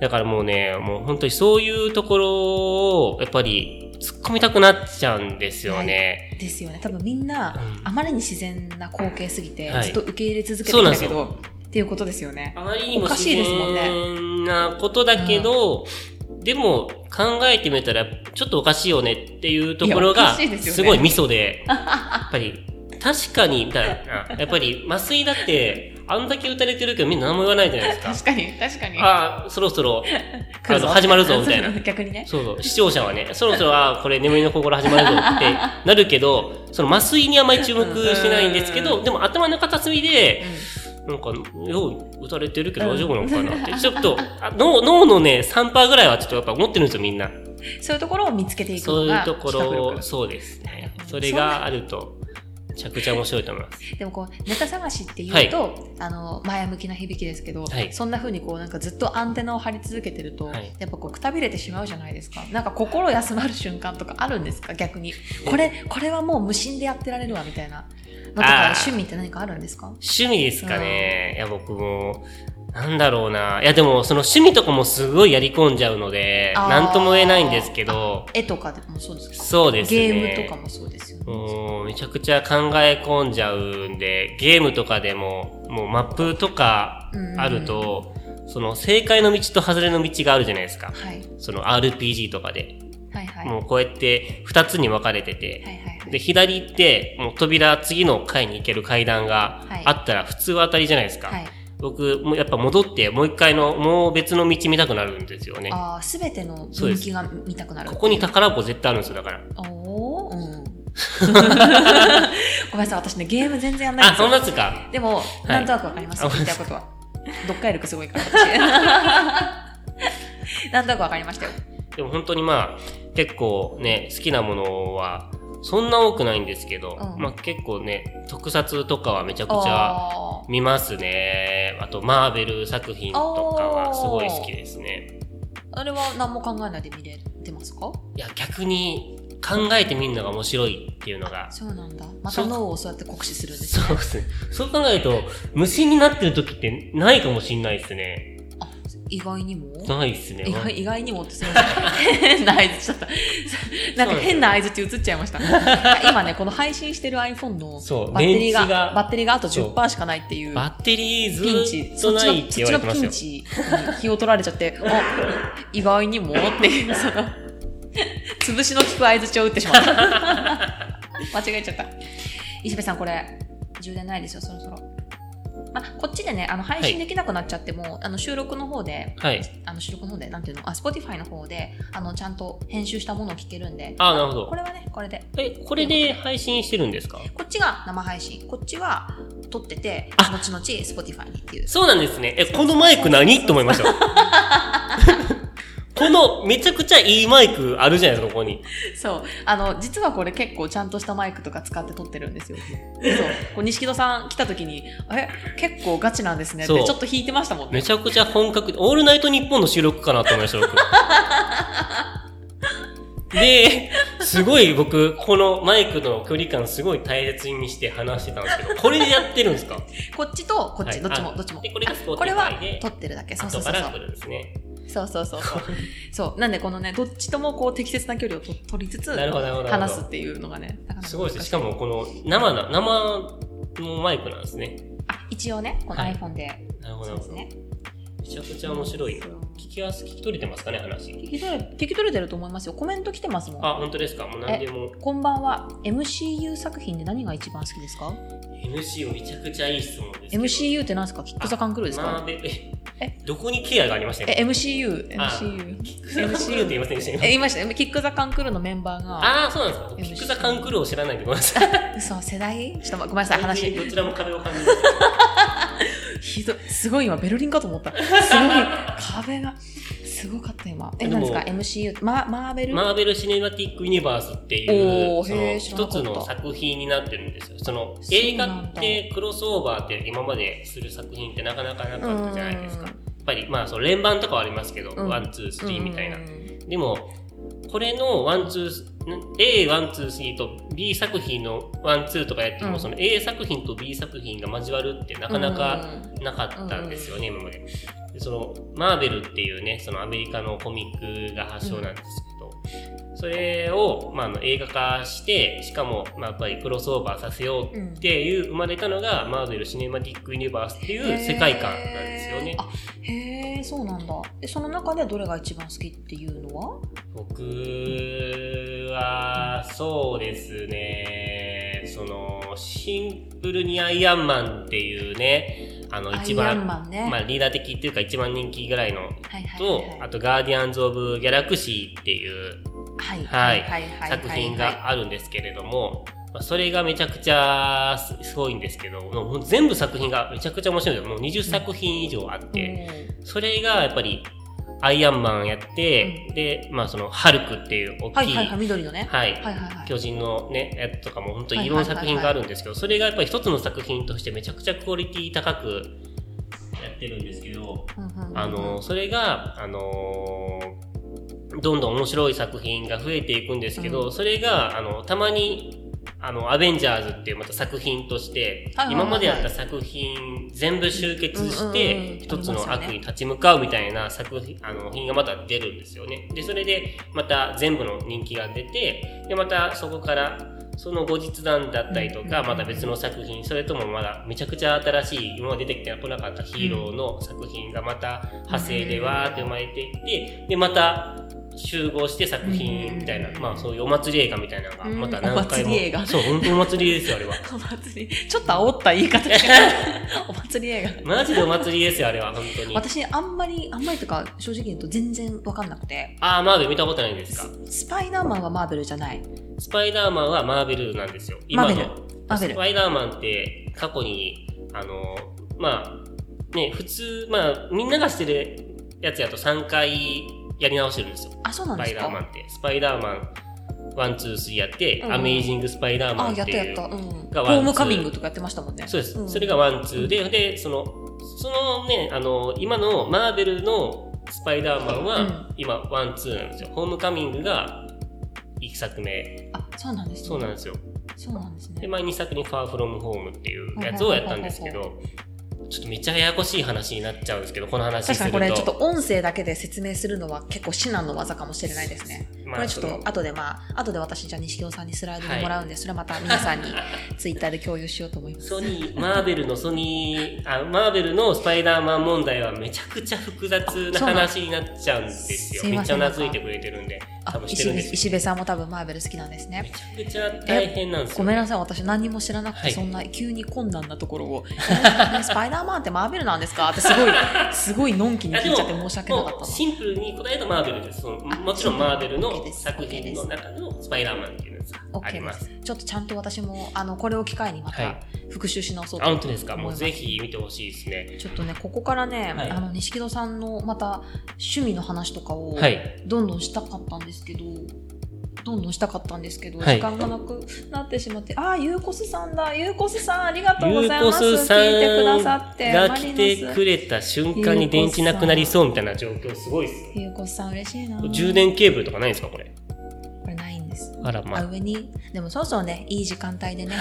Speaker 2: だからもうねもう本当にそういうところをやっぱり突っ込みたくなっちゃうんですよね、
Speaker 1: ですよね多分みんな、
Speaker 2: うん
Speaker 1: あまりに自然な光景すぎて、
Speaker 2: はい
Speaker 1: ずっと受け入れ続けて
Speaker 2: そう
Speaker 1: き
Speaker 2: なん
Speaker 1: た
Speaker 2: です
Speaker 1: け
Speaker 2: よ
Speaker 1: どっていうことですよね
Speaker 2: あまりにも
Speaker 1: おか
Speaker 2: 自
Speaker 1: しいですもんね
Speaker 2: 然なことだけど、でも考えてみたらちょっとおかしいよねっていうところ
Speaker 1: いやお
Speaker 2: が
Speaker 1: かしいですよね
Speaker 2: すごいミ ソでやっぱり確かにみたいなやっぱり麻酔だってあんだけ打たれてるけどみんな何も言わないじゃないですか
Speaker 1: 確かに確かに
Speaker 2: ああそろそろ
Speaker 1: 来るぞ
Speaker 2: あの始まるぞみたいな
Speaker 1: 逆にね
Speaker 2: そうそう視聴者はねそろそろあーこれ眠りの心始まるぞってなるけどその麻酔にあまり注目してないんですけどでも頭の片隅でなんか、よう打たれてるけど大丈夫なのかなって。ちょっと、あ脳脳のね、3%ぐらいはちょっとやっぱ持ってるんですよ、みんな。
Speaker 1: そういうところを見つけていく
Speaker 2: そ
Speaker 1: の
Speaker 2: ういう
Speaker 1: が
Speaker 2: とこ
Speaker 1: 企画
Speaker 2: ろ
Speaker 1: 力
Speaker 2: を、そうですね。
Speaker 1: うん
Speaker 2: それがあると、めちゃくちゃ面白いと思います。
Speaker 1: でもこうネタ探しっていうと、あの前向きな響きですけど、
Speaker 2: はい
Speaker 1: そんな風にこうなんかずっとアンテナを張り続けてると、
Speaker 2: はい
Speaker 1: やっぱこうくたびれてしまうじゃないですかなんか心休まる瞬間とかあるんですか逆にこれこれはもう無心でやってられるわみたいなのとか
Speaker 2: あー
Speaker 1: 趣味って何かあるんですか
Speaker 2: 趣味ですかね。いや、僕も、なんだろうな。いや、でも、その趣味とかもすごいやり込んじゃうので、
Speaker 1: あー
Speaker 2: なんとも言えないんですけど、
Speaker 1: 絵とかでもそうですか
Speaker 2: そうですね。
Speaker 1: ゲームとかもそうですよね
Speaker 2: もうめちゃくちゃ考え込んじゃうんでゲームとかでももうマップとかあると、その正解の道と外れの道があるじゃないですか
Speaker 1: はい
Speaker 2: その RPG とかで、
Speaker 1: はいはい
Speaker 2: もうこうやって2つに分かれてて、
Speaker 1: はいはいはい
Speaker 2: で左行ってもう扉次の階に行ける階段が
Speaker 1: はい
Speaker 2: あったら普通は当たりじゃないですか、
Speaker 1: はい
Speaker 2: 僕もうやっぱ戻ってもう一回のもう別の道見たくなるんですよね
Speaker 1: ああ全ての
Speaker 2: そう
Speaker 1: 分
Speaker 2: です
Speaker 1: 岐が見たくなる
Speaker 2: ここに宝箱絶対あるんですよだから
Speaker 1: おお、うん、 ごめんなさい私ねゲーム全然やんないん
Speaker 2: あ
Speaker 1: ですよ
Speaker 2: そんなやつか
Speaker 1: でも、
Speaker 2: い
Speaker 1: なんとなくわかります
Speaker 2: あ
Speaker 1: よ、言いたいことは。読解力すごいから、 私。なんとなくわかりましたよ。
Speaker 2: でも本当にまあ結構ね好きなものはそんな多くないんですけど、
Speaker 1: うん
Speaker 2: まあ結構ね特撮とかはめちゃくちゃ
Speaker 1: あ
Speaker 2: 見ますねあとマーベル作品とかはすごい好きですね
Speaker 1: ーあれは何も考えないで見れてますか
Speaker 2: いや逆に考えてみるのが面白いっていうのが
Speaker 1: そうなんだ。ま
Speaker 2: そ
Speaker 1: た
Speaker 2: う
Speaker 1: 脳をそうやって酷使するんです
Speaker 2: そうですねそう考えると無心になってる時ってないかもしんないですね
Speaker 1: 意外にも
Speaker 2: ないですね
Speaker 1: 意外意外にもってすみま せん変な合図しちゃった。なんか変な合図って映っちゃいました。今ね、この配信してる iPhone の
Speaker 2: そう
Speaker 1: バッテリー
Speaker 2: 電池
Speaker 1: が
Speaker 2: が、
Speaker 1: バッテリーがあと
Speaker 2: そう
Speaker 1: 10%しかないっていう。
Speaker 2: バッテリーず
Speaker 1: ピンチ、
Speaker 2: っ
Speaker 1: そ
Speaker 2: と
Speaker 1: っ
Speaker 2: ないって
Speaker 1: ち
Speaker 2: 言
Speaker 1: の
Speaker 2: わ
Speaker 1: そ
Speaker 2: れ
Speaker 1: っち
Speaker 2: て
Speaker 1: の
Speaker 2: ま
Speaker 1: ピ
Speaker 2: す
Speaker 1: ン
Speaker 2: よ
Speaker 1: チに気を取られちゃって、あ意外にもっていう、その、 潰しの効く合図を打ってし まった。間違えちゃった。石部さん、これ、充電ないですよ、そろそろ。まあ、こっちでね、あの配信できなくなっちゃっても、あの収録の方で、
Speaker 2: はい
Speaker 1: あの収録の方で、なんていうの、あ、Spotify の方で、あの、ちゃんと編集したものを聞けるんで、
Speaker 2: あなるほ
Speaker 1: こ
Speaker 2: ど
Speaker 1: れはね、これで。
Speaker 2: えこれで配信してるんですか
Speaker 1: こっちが生配信、こっちは撮ってて、
Speaker 2: あ
Speaker 1: 後々 Spotify にっていう。
Speaker 2: そうなんですね。え、このマイク何と思いました。 このめちゃくちゃいいマイクあるじゃないですか、ここに。
Speaker 1: そう。あの、実はこれ結構ちゃんとしたマイクとか使って撮ってるんですよ。そう。こう、西戸さん来た時に、え、結構ガチなんですねって、
Speaker 2: そう
Speaker 1: ちょっと引いてましたもんね。
Speaker 2: めちゃくちゃ本格、オールナイトニッポンの収録かなと思いました、僕。 で、すごい僕、このマイクの距離感すごい大切にして話してたんですけど、これでやってるんですか
Speaker 1: こっちと、こっ
Speaker 2: は
Speaker 1: ち、
Speaker 2: い
Speaker 1: どっちも、
Speaker 2: あ
Speaker 1: どっちも。
Speaker 2: でこれが
Speaker 1: あ
Speaker 2: Spotify
Speaker 1: これは
Speaker 2: で
Speaker 1: 撮ってるだけ。そ
Speaker 2: あ
Speaker 1: うそ
Speaker 2: と
Speaker 1: うそ
Speaker 2: バ
Speaker 1: うそ
Speaker 2: ラク
Speaker 1: う。
Speaker 2: ルですね。
Speaker 1: そうそうそうそう。そう。なんで、このね、どっちともこう、適切な距離をと取りつつ、
Speaker 2: なるほど、なるほど。なる
Speaker 1: 話す
Speaker 2: ほ
Speaker 1: っ
Speaker 2: ど
Speaker 1: ていうのがね、なかなか
Speaker 2: すごいですね。しかもこの生な、生のマイクなんですね。
Speaker 1: あ、一応ね、この
Speaker 2: はい
Speaker 1: iPhone で、
Speaker 2: なるほど、
Speaker 1: そ
Speaker 2: な
Speaker 1: うで
Speaker 2: るほ
Speaker 1: す
Speaker 2: ど。
Speaker 1: ね。
Speaker 2: めちゃくちゃ面白いな。
Speaker 1: そう
Speaker 2: 聞きやす、聞き取れてますかね、話。
Speaker 1: 聞き取れ、聞き取れてると思いますよ。コメント来てますもん。
Speaker 2: あ、本当ですかもう何でも。
Speaker 1: こんばんは。MCU 作品で何が一番好きですか
Speaker 2: MCU めちゃくちゃいい質問ですけど。
Speaker 1: MCU って何ですかキック・ザ・カンクルーです
Speaker 2: マ
Speaker 1: か
Speaker 2: ーベル、え
Speaker 1: え、
Speaker 2: どこにケアがありましたね。
Speaker 1: え、MCU、
Speaker 2: あ
Speaker 1: MCU。
Speaker 2: MCU って言いませんでした
Speaker 1: え、
Speaker 2: ね。
Speaker 1: 言いましたね。キック・ザ・カンクルーのメンバーが、
Speaker 2: ああ、そうなんですか。ピ
Speaker 1: MCU
Speaker 2: ックザカンクルーを知らないんでごめんなさい。
Speaker 1: 嘘、世代ちょっとごめんなさい、話。
Speaker 2: どちらも壁を 感じる。
Speaker 1: ひどい。すごい今、ベルリンかと 思った。すごい、壁が、すごかった今。え、
Speaker 2: で
Speaker 1: 何
Speaker 2: も
Speaker 1: ですか ?MCU、ママーベル
Speaker 2: マーベル・シネマティック・ユニバースってい
Speaker 1: お
Speaker 2: う、
Speaker 1: ー
Speaker 2: そ
Speaker 1: へー
Speaker 2: の
Speaker 1: 知らなか
Speaker 2: 一
Speaker 1: った
Speaker 2: つの作品になってるんですよ。その
Speaker 1: そう
Speaker 2: 映
Speaker 1: な
Speaker 2: 画
Speaker 1: んだ
Speaker 2: ってクロスオーバーって今までする作品ってなかなかなかったじゃないですか。
Speaker 1: うん
Speaker 2: やっぱりまあその連番とかはありますけど、
Speaker 1: うん
Speaker 2: ワン、ツー、スリーみたいな
Speaker 1: う。ん
Speaker 2: でも、これのワンツー、A、ワンツー、スリーと B 作品のワンツーとかやっても、
Speaker 1: うん
Speaker 2: その A 作品と B 作品が交わるってなかなかなかったんですよね、今まで。でその、マーベルっていうね、そのアメリカのコミックが発祥なんですけど、それを、まあ、あの映画化して、しかも、まあ、やっぱりクロスオーバーさせようっていう、生まれたのが、マーベル・シネマティック・ユニバースっていう世界観なんですよね
Speaker 1: へー。あへえそうなんだでその中でどれが一番好きっていうのは
Speaker 2: 僕はそうですねそのシンプルにアイアンマンっていうねあの一
Speaker 1: アイアン
Speaker 2: 番
Speaker 1: マンね、
Speaker 2: まあ、リーダー的っていうか一番人気ぐらいの
Speaker 1: はいはい
Speaker 2: と、
Speaker 1: はい
Speaker 2: あと「ガーディアンズ・オブ・ギャラクシー」っていう
Speaker 1: はい
Speaker 2: はい
Speaker 1: はいはいはい
Speaker 2: 作品があるんですけれども、まあそれがめちゃくちゃすすごいんですけどもう全部作品がめちゃくちゃ面白いのもう20作品以上あって、それがやっぱりアイアンマンやって、で、まあそのハルクっていう大
Speaker 1: はい
Speaker 2: きい、
Speaker 1: はいはい緑のね
Speaker 2: はい
Speaker 1: はいはいはい
Speaker 2: 巨人のね、やつとかも本当
Speaker 1: はい
Speaker 2: にい
Speaker 1: はい
Speaker 2: ろ
Speaker 1: は
Speaker 2: ん
Speaker 1: い
Speaker 2: な作品があるんですけど、それがやっぱり一つの作品としてめちゃくちゃクオリティ高くやってるんですけど、
Speaker 1: うんうんうん
Speaker 2: あの、それが、あのどんどん面白い作品が増えていくんですけど、
Speaker 1: う
Speaker 2: それが、あの、たまに、あの、アベンジャーズっていうまた作品として、
Speaker 1: はいはいはいはい
Speaker 2: 今までやった作品全部集結
Speaker 1: う
Speaker 2: し
Speaker 1: んうんうん
Speaker 2: て、一つの悪に立ち向かうみたいな作品、あの、品がまた出るんですよね。で、それで、また全部の人気が出て、で、またそこから、その後日談だったりと
Speaker 1: うんうんう
Speaker 2: か、
Speaker 1: ん
Speaker 2: また別の作品、それともまだめちゃくちゃ新しい、今まで出てきてこなかったヒーローの作品がまた派生でわーって生まれていって、で、また集合して作品みたいな
Speaker 1: う、ん
Speaker 2: まあそういうお祭り映画みたいなのが、
Speaker 1: うん
Speaker 2: また何回
Speaker 1: お祭
Speaker 2: も。
Speaker 1: り映画
Speaker 2: そう、本当お祭りですよ、あれ は。
Speaker 1: お祭りちょっと煽った言い方 お祭り映画
Speaker 2: マジでお祭りですよ、あれは、本当に。
Speaker 1: 私あんまりあんまりとか正直言うと全然分かんなくて
Speaker 2: あー、マーベル見たことないんですか
Speaker 1: スパイダーマンはマーベルじゃない
Speaker 2: スパイダーマンはマーベルなんですよ。今の。
Speaker 1: マーマーベル
Speaker 2: スパイダーマンって過去に、あの、まあ、ね、普通、まあ、みんながしてるやつやと3回やり直してるんですよ。
Speaker 1: あそうな
Speaker 2: ス
Speaker 1: んで
Speaker 2: パ
Speaker 1: す
Speaker 2: イ
Speaker 1: か
Speaker 2: ダーマンって。スパイダーマン、ワン、ツー、スリーやって、
Speaker 1: うん
Speaker 2: アメイジングスパイダーマ
Speaker 1: あ
Speaker 2: ンって
Speaker 1: や
Speaker 2: い
Speaker 1: っ
Speaker 2: う。
Speaker 1: たやった、うん、
Speaker 2: が
Speaker 1: ホ
Speaker 2: ワン
Speaker 1: ームカミングとかやってましたもんね
Speaker 2: そうです。
Speaker 1: ん
Speaker 2: それがワン、ツーで、で、その、そのね、あの、今のマーベルのスパイダーマン
Speaker 1: う
Speaker 2: は
Speaker 1: ん、
Speaker 2: 今、ワン、ツーなんですよ。ホームカミングが1作目。
Speaker 1: あそうなんですね
Speaker 2: そうなんですよ。
Speaker 1: そうなんです
Speaker 2: で
Speaker 1: ね
Speaker 2: 前2作に「Far From Home」っていうやつをやったんですけどちょっとめっちゃややこしい話になっちゃうんですけどこの話
Speaker 1: 確
Speaker 2: す
Speaker 1: か
Speaker 2: る
Speaker 1: にこれ
Speaker 2: と
Speaker 1: ちょっと音声だけで説明するのは結構至難の技かもしれないですね
Speaker 2: まあ
Speaker 1: これちょっ
Speaker 2: そ
Speaker 1: と
Speaker 2: の
Speaker 1: 後でまあ後で私じゃあ錦尾さんにスライドでもらうんで、それまた皆さんにツイッターで共有しようと思います
Speaker 2: ソニーマーベルのソニーあマーベルのスパイダーマン問題はめちゃくちゃ複雑な話になっちゃうんですよ
Speaker 1: そう
Speaker 2: め
Speaker 1: な
Speaker 2: っ
Speaker 1: ん
Speaker 2: ち
Speaker 1: です
Speaker 2: ゃ懐いてくれてるんで多
Speaker 1: あ
Speaker 2: 分して
Speaker 1: 石
Speaker 2: る
Speaker 1: 部
Speaker 2: んですよ
Speaker 1: 石部さんも多分マーベル好きなんですね
Speaker 2: めちゃくちゃ大変なんですよ
Speaker 1: ごめんなさい、私何にも知らなくて、
Speaker 2: はい
Speaker 1: そんな急に困難なところを、えース パイダーマンってマーベルなんですかって すごい、すごいのんきに聞いちゃって申し訳なかっ
Speaker 2: もう
Speaker 1: た
Speaker 2: シンプルに答えたマーベルですその
Speaker 1: あ
Speaker 2: もちろんマーベル
Speaker 1: シンプル
Speaker 2: の
Speaker 1: です
Speaker 2: 作品の中のスパイダーマンっていうやつ
Speaker 1: な。
Speaker 2: があ
Speaker 1: OK
Speaker 2: り
Speaker 1: で
Speaker 2: ます
Speaker 1: す。ちょっとちゃんと私も、あの、これを機会にま
Speaker 2: は
Speaker 1: た
Speaker 2: い
Speaker 1: 復習し直そうと
Speaker 2: あ
Speaker 1: 思い
Speaker 2: 本
Speaker 1: ます。
Speaker 2: 当ですかもうぜひ見てほしいですね
Speaker 1: ちょっとね、ここからね、
Speaker 2: はい
Speaker 1: あの、錦戸さんのまた趣味の話とかを、
Speaker 2: はい
Speaker 1: どんどんしたかったんですけど、どんどんしたかったんですけど、
Speaker 2: はい
Speaker 1: 時間がなくなってしまって、ああ、ゆうこすさんだ、ゆうこすさん、ありがとうご
Speaker 2: ゆう
Speaker 1: ざいま
Speaker 2: こ
Speaker 1: す。
Speaker 2: すさん
Speaker 1: 聞いてくださって、
Speaker 2: が
Speaker 1: マ
Speaker 2: 来
Speaker 1: リ
Speaker 2: て
Speaker 1: ノス
Speaker 2: くれた瞬間に電池なくなりそうみたいな状況すごいっす。
Speaker 1: ゆうこさん嬉しいな
Speaker 2: 充電ケーブルとかないんですかこれ。
Speaker 1: これないんです
Speaker 2: あら
Speaker 1: あ
Speaker 2: ま
Speaker 1: 上にでもそろそろねいい時間帯 でね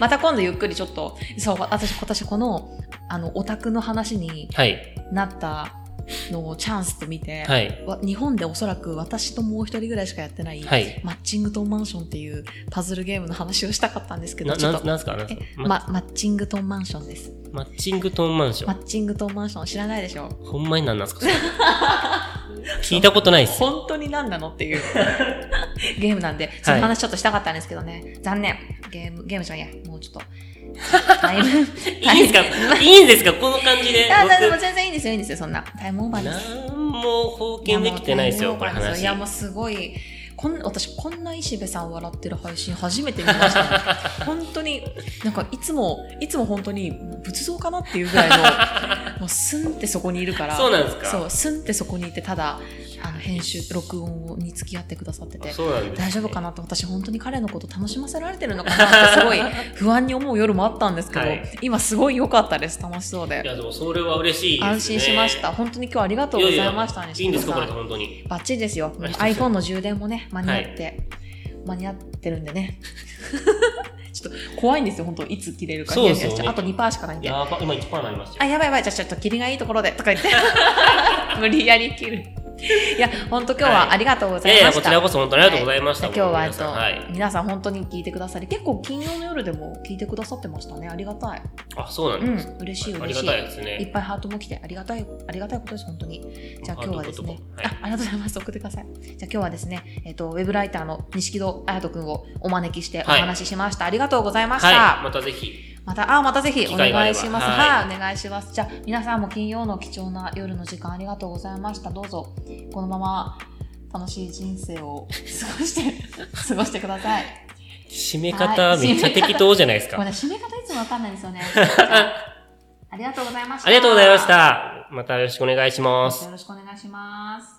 Speaker 1: また今度ゆっくりちょっとそう私今年このあのオタクの話に
Speaker 2: あ。はい。
Speaker 1: なったのをチャンスと見て、
Speaker 2: はい。
Speaker 1: わ日本でおそらく私ともう一人ぐらいしかやってない、
Speaker 2: はい。
Speaker 1: マッチングトンマンションっていうパズルゲームの話をしたかったんですけど
Speaker 2: な、
Speaker 1: ちょ
Speaker 2: な
Speaker 1: っ
Speaker 2: ん、
Speaker 1: と
Speaker 2: なんすかなんす
Speaker 1: え
Speaker 2: か、ま、
Speaker 1: ま、マッチングトンマンションです
Speaker 2: マッチングトーンマンショ
Speaker 1: マ
Speaker 2: ン。
Speaker 1: ッチングトンマンション知らないでしょ
Speaker 2: ほんまになんなんすか それ聞いたことないっす。
Speaker 1: 本当に何なのって いうゲームなんで、その話ちょっとしたかったんですけどね、残念。ゲーム、ゲームじゃんや、もうちょっ と。タイム、
Speaker 2: いいんすか いいんですかこの感じで。
Speaker 1: あ、だでも
Speaker 2: 僕
Speaker 1: 全然いいんですよ、いいんですよ、そんな。タイムオーバーです。
Speaker 2: なんも封建できてないっすよ、
Speaker 1: やも
Speaker 2: こ
Speaker 1: う
Speaker 2: れ
Speaker 1: タイムオーバーです
Speaker 2: 話。
Speaker 1: いや、もうすごい。こん私こんな石部さん笑ってる配信初めて見ました、ね、 本当になんかいつもいつも本当に仏像かな っていうぐらいのもうスンってそこにいるから
Speaker 2: そうなんですか
Speaker 1: そうスンってそこにいてただあの編集録音に付き合ってくださってて
Speaker 2: あそうなんですね
Speaker 1: 大丈夫かなって私本当に彼のこと楽しませられてるのかなってすご い不安に思う夜もあったんですけど、
Speaker 2: はい
Speaker 1: 今すごい良かったです楽しそう
Speaker 2: い
Speaker 1: で
Speaker 2: や、でもそれは嬉しいですね。
Speaker 1: 安心しました本当に今日はありがとうございました
Speaker 2: や
Speaker 1: ね
Speaker 2: いやいいんですか、こ
Speaker 1: 西村
Speaker 2: れで
Speaker 1: さん
Speaker 2: 本当に。
Speaker 1: バッチリですよ
Speaker 2: ありがとうございます
Speaker 1: iPhone の充電もね間に合って、間に合ってるんでね ちょっと怖いんですよ本当いつ切れるか
Speaker 2: そうですよね
Speaker 1: ヒヤヒヤしちゃうあと2%しかないんで
Speaker 2: やば、今1%になりました
Speaker 1: あ、
Speaker 2: よ。
Speaker 1: やばいやばい、じゃあちょっと霧がいいところで、とか言 って。無理やり切る。いや、本当今日
Speaker 2: はい
Speaker 1: はありがとうござ
Speaker 2: いや
Speaker 1: い
Speaker 2: い
Speaker 1: ま
Speaker 2: や、
Speaker 1: し
Speaker 2: こ
Speaker 1: た。
Speaker 2: ちらこそ本当にありがとうございました。
Speaker 1: 今日は、え
Speaker 2: 皆
Speaker 1: っと、
Speaker 2: さんはい。
Speaker 1: 皆さん本当に聞いてくださり、結構金曜の夜でも聞いてくださってましたね。ありがたい。
Speaker 2: あ、そうなん
Speaker 1: う
Speaker 2: です。
Speaker 1: ん、嬉しい
Speaker 2: あり
Speaker 1: 嬉し
Speaker 2: が
Speaker 1: い。
Speaker 2: たいで
Speaker 1: い
Speaker 2: す
Speaker 1: っ
Speaker 2: ね。
Speaker 1: ぱいハートも来て、ありがたい、ありがたいことです、本当に。じゃあ今日はですね、
Speaker 2: ハートと
Speaker 1: あ、ありがとうございます、送ってください。じゃあ今日はですね、えっと、ウェブライターの錦戸彩人くんをお招きしてお話ししました。ありがとうございました。
Speaker 2: はい。またぜひ。
Speaker 1: また、あ、またぜひ
Speaker 2: 機
Speaker 1: お
Speaker 2: 会があ
Speaker 1: 願
Speaker 2: れ
Speaker 1: い
Speaker 2: ば
Speaker 1: します。
Speaker 2: は
Speaker 1: はい、お願いします。じゃあ、皆さんも金曜の貴重な夜の時間ありがとうございました。どうぞ、このまま楽しい人生を過ごして、 過ごしてくだ さい。
Speaker 2: 締め方めっちゃ適当じゃないです
Speaker 1: これ
Speaker 2: か。
Speaker 1: ね、締め方いつもわかんないんですよ ね。じゃあありがとうございました。
Speaker 2: ありがとうございまし。た。またよろしくお願いします。
Speaker 1: よろしくお願いします。